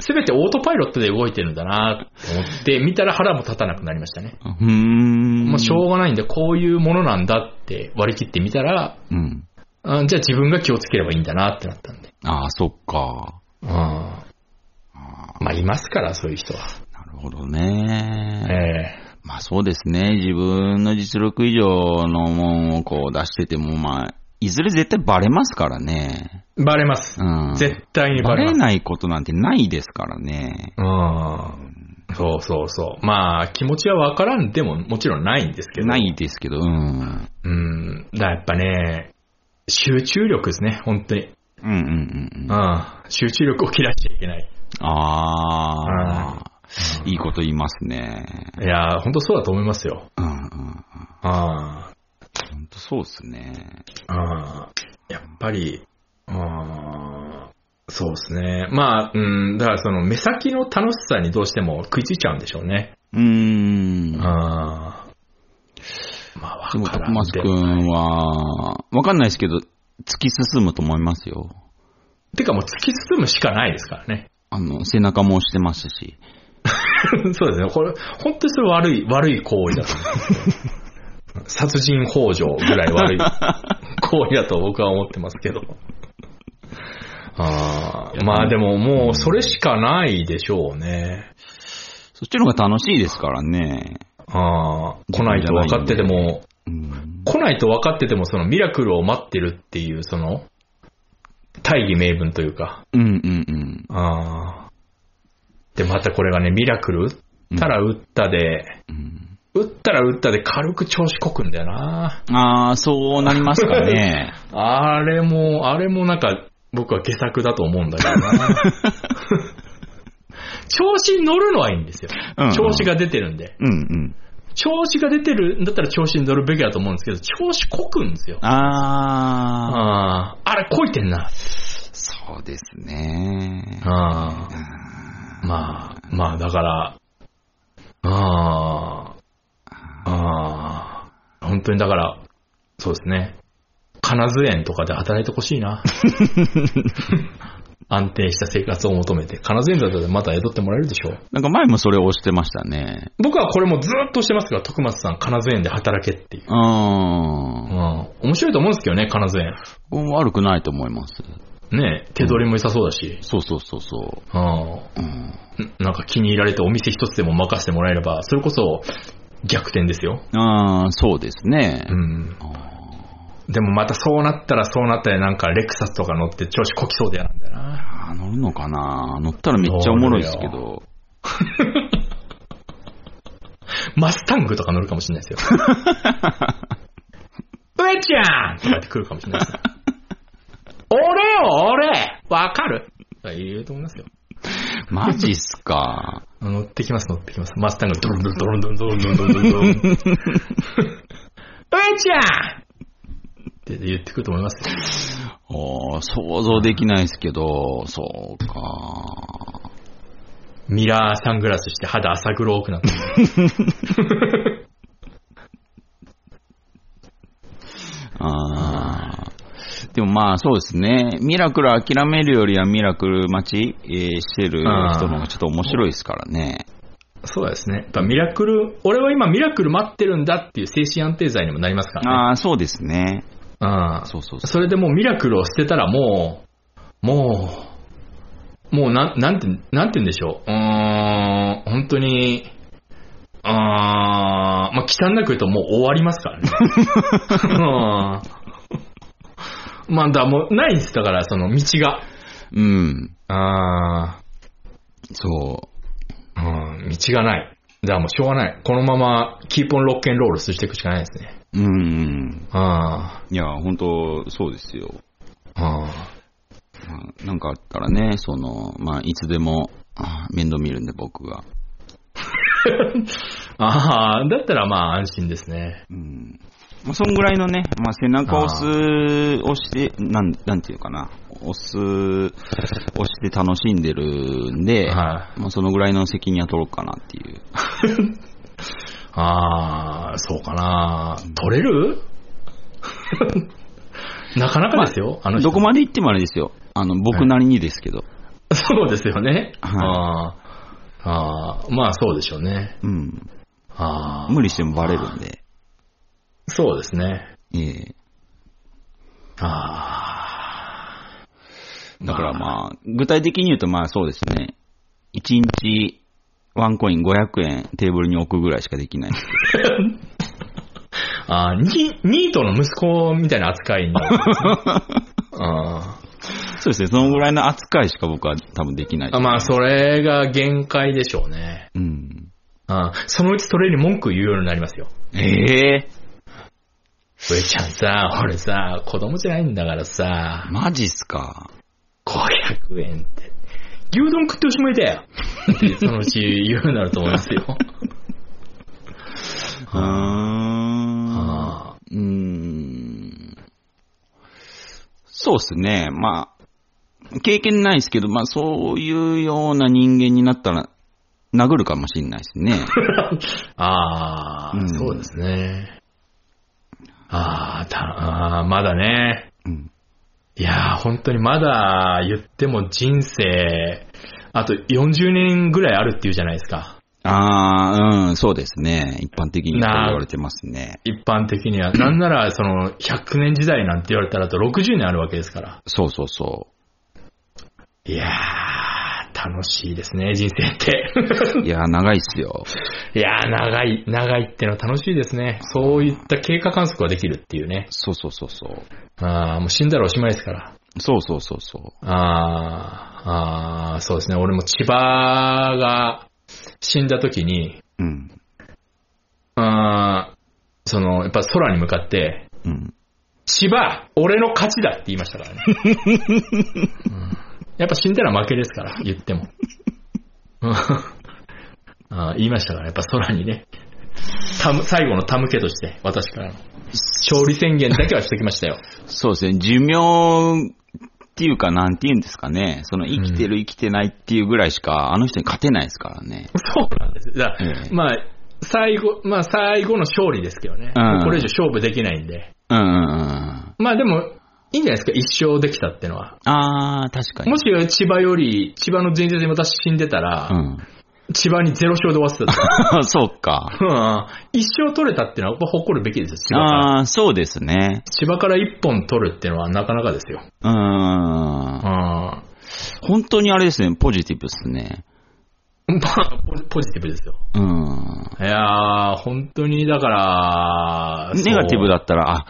A: すべてオートパイロットで動いてるんだなって思って、見たら腹も立たなくなりましたね。
B: うーん。
A: もうしょうがないんで、こういうものなんだって割り切ってみたら、
B: うん。
A: うんじゃあ自分が気をつければいいんだなってなったんで。
B: ああ、そっか。
A: うんまあ、いますから、そういう人は。
B: なるほどね。
A: え
B: まあそうですね。自分の実力以上のもんをこう出してても、まあ、いずれ絶対バレますからね。
A: えバレます。
B: うん。
A: 絶対にバ
B: バ
A: レま
B: レ
A: す。
B: ないことなんてないですからね。
A: うん。そうそうそう。まあ、気持ちはわからんでももちろんないんですけど。
B: ないですけど、うん。
A: うん。だからやっぱね、集中力ですね、本当に。
B: うんうんうんうん。
A: うん。集中力を切らしちゃいけない。
B: ああ、いいこと言いますね。
A: いやー、本当そうだと思いますよ。
B: うんうんうん。
A: ああ。
B: 本当そうですね。
A: ああ、やっぱり、ああ、そうですね。まあ、うん、だからその目先の楽しさにどうしても食いついちゃうんでしょうね。
B: うーん。で
A: ああ。まあ、わ
B: も、
A: か
B: 徳
A: らん
B: 松
A: で
B: くんは、わかんないですけど、突き進むと思いますよ。
A: てかもう突き進むしかないですからね。
B: あの、背中も押してますし。
A: (laughs) そうですね。これ、本当にそれ悪い、悪い行為だと思う殺人幇助ぐらい悪い行為だと僕は思ってますけど。ああ、まあでももうそれしかないでしょうね。
B: そっちの方が楽しいですからね。
A: ああ、来ないと分かってても、
B: うん。
A: 来ないと分かってても、そのミラクルを待ってるっていう、その、大義名分というか、
B: うんうん
A: ああ。で、またこれがね、ミラクル打ったら打ったで、
B: うん。
A: 打ったら打ったで軽く調子こくんだよな。
B: ああ、そうなりますかね。
A: あれも、あれもなんか、僕は下策だと思うんだけど
B: (laughs)
A: な。調子に乗るのはいいんですよ
B: うんうん。
A: 調子が出てるんで。
B: (laughs) うんうん。
A: 調子が出てるんだったら調子に乗るべきだと思うんですけど、調子こくんですよ。
B: ああ、
A: ああ、あれ、こいてんな。
B: そうですね。
A: ああ。まあ、まあ、だから、ああ、ああ、本当にだから、そうですね。金津園とかで働いてほしいな。安定した生活を求めて、金沢だったらまた宿ってもらえるでしょう。
B: なんか前もそれを押してましたね。
A: 僕はこれもずーっとしてますが、徳松さん、金沢園で働けっていう。
B: うーん
A: うん。。面白いと思うんですけどね、金沢園。
B: 僕も悪くないと思います。
A: ねえ手取りも良さそうだし。
B: そうそうそうそ
A: うん。
B: う。うん。
A: なんか気に入られてお店一つでも任せてもらえれば、それこそ逆転ですよ。
B: ああ、そうですね。
A: うん。
B: あ
A: でもまたそうなったらそうなったでなんかレクサスとか乗って調子こきそうでやなんだよな。
B: ー乗るのかな乗ったらめっちゃおもろいですけど。
A: マスタングとか乗るかもしれないですよ。上ちゃんとかって来るかもしれないですよ。俺よ、俺わかるとか言うと思いますよ。
B: マジっす
A: (laughs)
B: か。
A: 乗ってきます、乗ってきます。マスタング、ドロンドロンドロンドロンドロンドロンドロンドロン。上ちゃんって言ってくると思いますよ。
B: おー想像できないですけど、そうか。
A: ミラーサングラスして肌浅黒くなってる。
B: あーでもまあそうですね。ミラクル諦めるよりはミラクル待ち、えーしてる人の方がちょっと面白いですからね。
A: そうですね。やっぱミラクル、俺は今ミラクル待ってるんだっていう精神安定剤にもなりますからね。
B: ああ、そうですね。
A: あ
B: そうそうそう。
A: それでもうミラクルを捨てたらもう、もう、もうなん、なんて、なんて言うんでしょう。うーん、本当に、あー、まあ、汚なく言うともう終わります (laughs) からね。うんまあ、だからもうないんです。だから、その道が。
B: うん。
A: あ
B: そ
A: ー、うん、道がない。だからもうしょうがない。このまま、キーポンロックンロールしていくしかないですね。
B: う。うん。
A: あ
B: いや、本当そうですよ。
A: ー、あ
B: まあなんかあったらね、その、まあ、いつでも、あー面倒見るんで僕が。
A: ー。あー、だったらまあ安心ですね。
B: うん。まあ、そんぐらいのね、まあ、背中を押す、押して、なん、なんていうかな、押す、押して楽しんでるんで、
A: は
B: まあ、そのぐらいの責任は取ろうかなっていう。
A: ああ、そうかな。取れる (laughs) なかなかですよ、あ、の人。
B: どこまで行ってもあれですよ。あの、僕なりにですけど。
A: (laughs) そうですよね。
B: は
A: あーあー、まあそうでしょうね。
B: うん。
A: ああ
B: 無理してもバレるんで。
A: そうですね。
B: ええ
A: あ
B: だからまあ、具体的に言うとまあそうですね。1日ワンコイン500円テーブルに置くぐらいしかで
A: (laughs)
B: きない。
A: あ、ああニニートの息子みたいな扱いになるんですね、あ
B: そうですね。そのぐらいの扱いしか僕は多分できない
A: ー。あまあ、それが限界でしょうね。
B: うん。
A: あーそのうちそれに文句言うようになりますよ。
B: ええ
A: 上ちゃんさ、俺さ、子供じゃないんだからさ、
B: マジっすか。
A: 500円って。牛丼食っておしまいだよってそのうち言うようになると思いますよ。
B: うーん。
A: あ
B: うーん。そうっすね。まあ、経験ないですけど、まあそういうような人間になったら、殴るかもしれないですね。
A: (laughs) あー
B: うん
A: そうですね。あーたあー、まだね。
B: うん。
A: いやー、本当にまだ言っても人生、あと40年ぐらいあるっていうじゃないですか。
B: ああ、うん、そうですね。一般的にそう言われてますね。
A: 一般的に
B: (clears throat)
A: は。なんなら、その、100年時代なんて言われたらあと60年あるわけですから。
B: そうそうそ
A: いやー、楽しいですね、人生って。
B: (laughs)
A: (laughs)
B: う。いや、長いっすよ。
A: いやー、長い、長いってのは楽しいですね。そういった経過観測ができるっていうね。
B: そうそうそうそう。
A: あーもう死んだらおしまいですから。
B: そうそうそうそ
A: あー、あーそうですね。俺も千葉が死んだ時に、
B: う。うん。
A: あーその、やっぱ空に向かって、
B: うん。
A: 千葉、俺の勝ちだって言いましたからね。うんやっぱ死んだら負けですから、言っても。うんあー言いましたから、やっぱ空にね、たむ最後のたむけとして、私からの。勝利宣言だけはしときましたよ。
B: そうですね。寿命っていうか、なんて言うんですかね。その生きてる、生きてないっていうぐらいしか、あの人に勝てないですからね。
A: そうなんです。だから
B: ええ
A: まあ、最後、まあ、最後の勝利ですけどね。
B: うん
A: これ以上勝負できないんで。
B: うんうんうん。
A: まあでも、いいんじゃないですか、一生できたってのは。
B: あー、確かに。
A: もし千葉より、千葉の前日に私死んでたら、
B: う
A: 千葉にゼロ勝で終わってた
B: (laughs)
A: と。
B: ん。 (laughs) そうか。
A: うん一生取れたってのはやっぱ誇るべきですよ、千葉から。
B: あー、そうですね。
A: 千葉から一本取るってのはなかなかですよ。
B: うーん
A: うん。。ま
B: 本当にあれですね、ポジティブですね。
A: あ、ポジポジティブですよ。
B: うん。
A: いやー、本当に、だから、そう
B: ネガティブだったら、あ、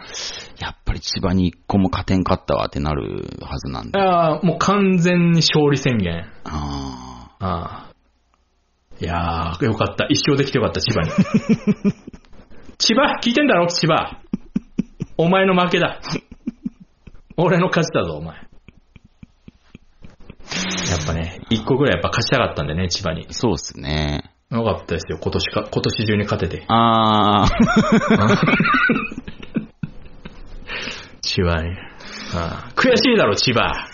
B: やっぱり千葉に一個も勝てんかったわってなるはずなん
A: い
B: だ。
A: やーもう完全に勝利宣言。
B: あ
A: ああいやー、よかった。一生できてよかった、千 (laughs) 葉に。千葉、聞いてんだろ、千葉。お前の負けだ。俺の勝ちだぞ、お前。やっぱね、一個ぐらいやっぱ勝ちたかったんでね、千葉に
B: ー。そうですね。
A: よかったですよ、今年か、今年中に勝てて。
B: あー、 (laughs)
A: 千葉に。ああ悔しいだろ、千葉。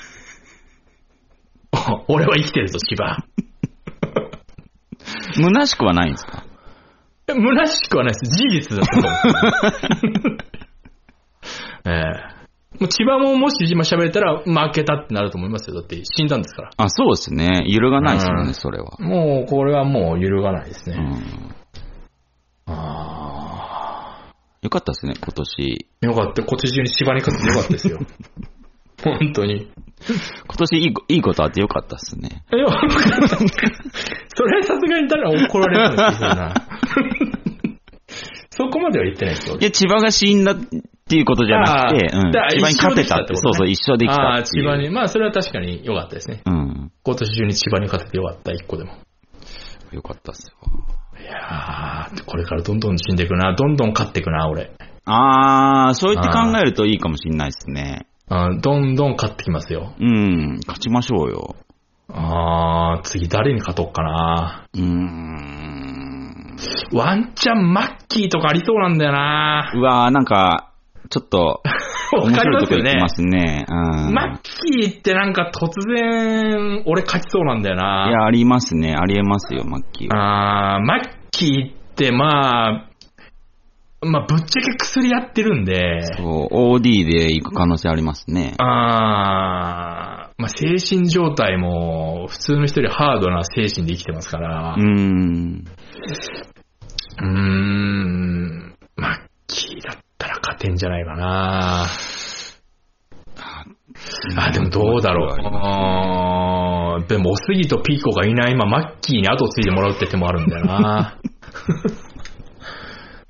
A: (laughs) お俺は生きてるぞ、千葉。
B: 虚しくはないんですか
A: え虚しくはないです。事実だったと思う (laughs) ええもう千葉ももし今喋れたら負けたってなると思いますよ。だって死んだんですから。
B: あ、そうですね。揺るがないですもん
A: う
B: ね、
A: ん
B: それは。
A: もうこれはもう揺るがないです
B: う
A: ね。
B: ん。
A: あ
B: よかったですね、今年。
A: あ。よかった。今年中に千葉に勝ってよかったです (laughs) よ。本当 (laughs) に。
B: 今年いいこいいことあってよかったですね。
A: いや、それはさすがに誰ら怒られるんですよ、そんなそこまでは言ってないですよ。
B: いや、千葉が死んだっていうことじゃなくて、
A: あー
B: うん、
A: だから
B: 千葉に勝て
A: 一緒できたっ
B: たって、
A: てことね
B: そうそう、一緒できた
A: ああー、
B: ってい
A: 千
B: う。
A: 葉に。まあ、それは確かに良かったですね。
B: うん。
A: 今年中に千葉に勝ててよかった、一個でも。
B: よかったっすよ。
A: いやー、これからどんどん死んでいくな。どんどん勝っていくな、俺。
B: あー、そう言って考えるといいかもしんないですね。
A: あーどんどん勝ってきますよ。
B: うん、勝ちましょうよ。
A: あー、次誰に勝とっかな。
B: うーん。
A: ワンチャンマッキーとかありそうなんだよな。
B: うわー、なんか、ちょっと、
A: (laughs) わ
B: 面
A: かり
B: 白い
A: ま
B: と
A: す
B: こ
A: よ
B: 行き
A: ね
B: ま。すね。うん。
A: マッキーってなんか突然、俺勝ちそうなんだよ
B: い
A: な。
B: や、ありますね。ありえますよ、マッキーは。
A: あー、マッキーってまあ、まあ、ぶっちゃけ薬やってるんで、
B: そう、OD で行く可能性ありますね。
A: あー、まあ、精神状態も普通の人よりハードな精神で生きてますから、
B: うーん。
A: うーん、マッキーだったら勝てんじゃないかな。あ、でもどうだろう。うーんでも、おすぎとピーコがいない今、マッキーに後を継いでもらうって手もあるんだよ (laughs) な。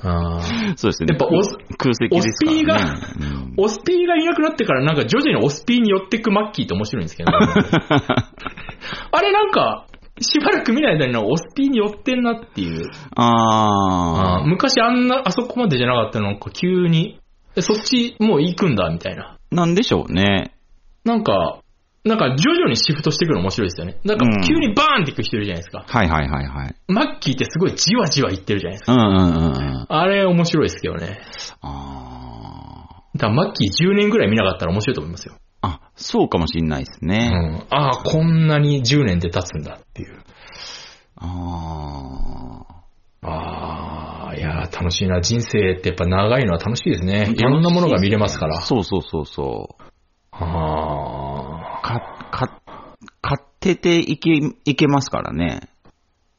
A: あー
B: そうですね。
A: やっぱおす
B: 空席ですからね。
A: おスオスピーがいなくなってから、なんか徐々にオスピーに寄ってくマッキーって面白いん (laughs) ですけど、あれなんか、しばらく見ない間にオスピーに寄ってんなっていう。
B: うん、あ
A: あ
B: (laughs) あ
A: ー昔あんな、あそこまでじゃなかったのか急に、えそっちもう行くんだ、みたいな。
B: なんでしょうね。
A: なんか、なんか徐々にシフトしてくるの面白いですよね。なんか
B: うん
A: 急にバーンって行く人いるじゃないですか。
B: はいはいはいはい。
A: マッキーってすごいじわじわ行ってるじゃないですか。
B: うんうんうんうん。
A: あれ面白いですけどね。
B: あ
A: だからマッキー10年ぐらい見なかったら面白いと思いますよ。
B: あ。あ、そうかもしんないです
A: う
B: ね。
A: ん。ああ、こんなに10年で経つんだっていう。
B: ああ。
A: ああ、いやー楽しいな。人生ってやっぱ長いのは楽しいですね。
B: 楽しい
A: いろんなものが見れますから。
B: そうそうそうそう。
A: あ
B: か、か、買ってていけ、いけますからね。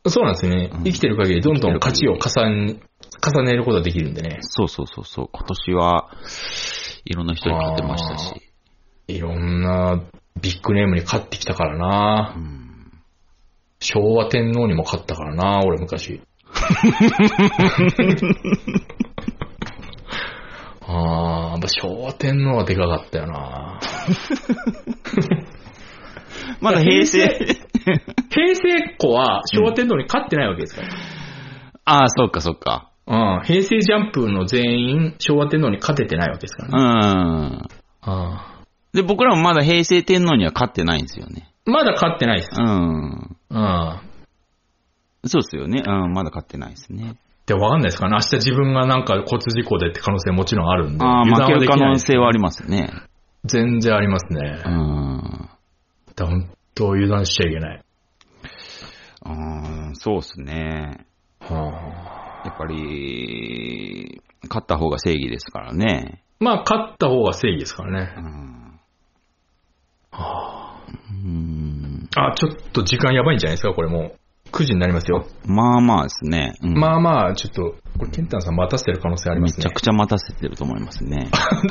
A: あ。そうなんですよね
B: うん。
A: 生きてる限りどんどん価値を重ね、重ねることができるんでね。
B: そうそうそうそう。今年はいろんな人に買ってましたし。
A: いろんなビッグネームに勝ってきたからな
B: う。ん。
A: 昭和天皇にも勝ったからな、俺 (laughs) 昔。ああ、やっぱ昭和天皇はでかかったよな。
B: まだ平
A: (laughs)
B: 成。
A: 平成っ子は昭和天皇に勝ってないわけですから。
B: (laughs) ああ、そうかそうか。
A: うん、平成ジャンプの全員昭和天皇に勝ててないわけですから
B: う
A: ね。
B: ん。
A: あ
B: で、僕らもまだ平成天皇には勝ってないんですよね。
A: あまだ勝ってないです。
B: うん。
A: うん。
B: そうですよね。うん、まだ勝ってないですね。
A: で、わかんないですからね。明日自分がなんか交通事故でって可能性もちろんあるんで。
B: ああ、
A: 油
B: 負け
A: 断は
B: る
A: でき
B: 可
A: ない
B: 能
A: です
B: 性はありますね。
A: 全然ありますね。
B: うん。
A: だから本当油断しちゃいけない。
B: あーそうですね。
A: はあ
B: やっぱり、勝った方が正義ですからね。
A: まあ、勝った方が正義ですからね。
B: うん
A: あ
B: うん
A: ー、あちょっと時間やばいんじゃないですか、これもう。9時になりますよ。
B: まあまあですね。うん
A: まあまあ、ちょっと、これ、ケンタンさん待たせてる可能性ありま
B: め
A: す
B: ちゃ
A: ね
B: く。ちゃ待たせてると思いますね。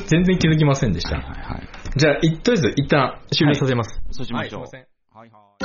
A: 全然気づきませんでし
B: はい
A: た。
B: はいはい。
A: じゃあ、いとりあえず、一旦終了させます。
B: そうしましょう。
A: はいすいません
B: はいはい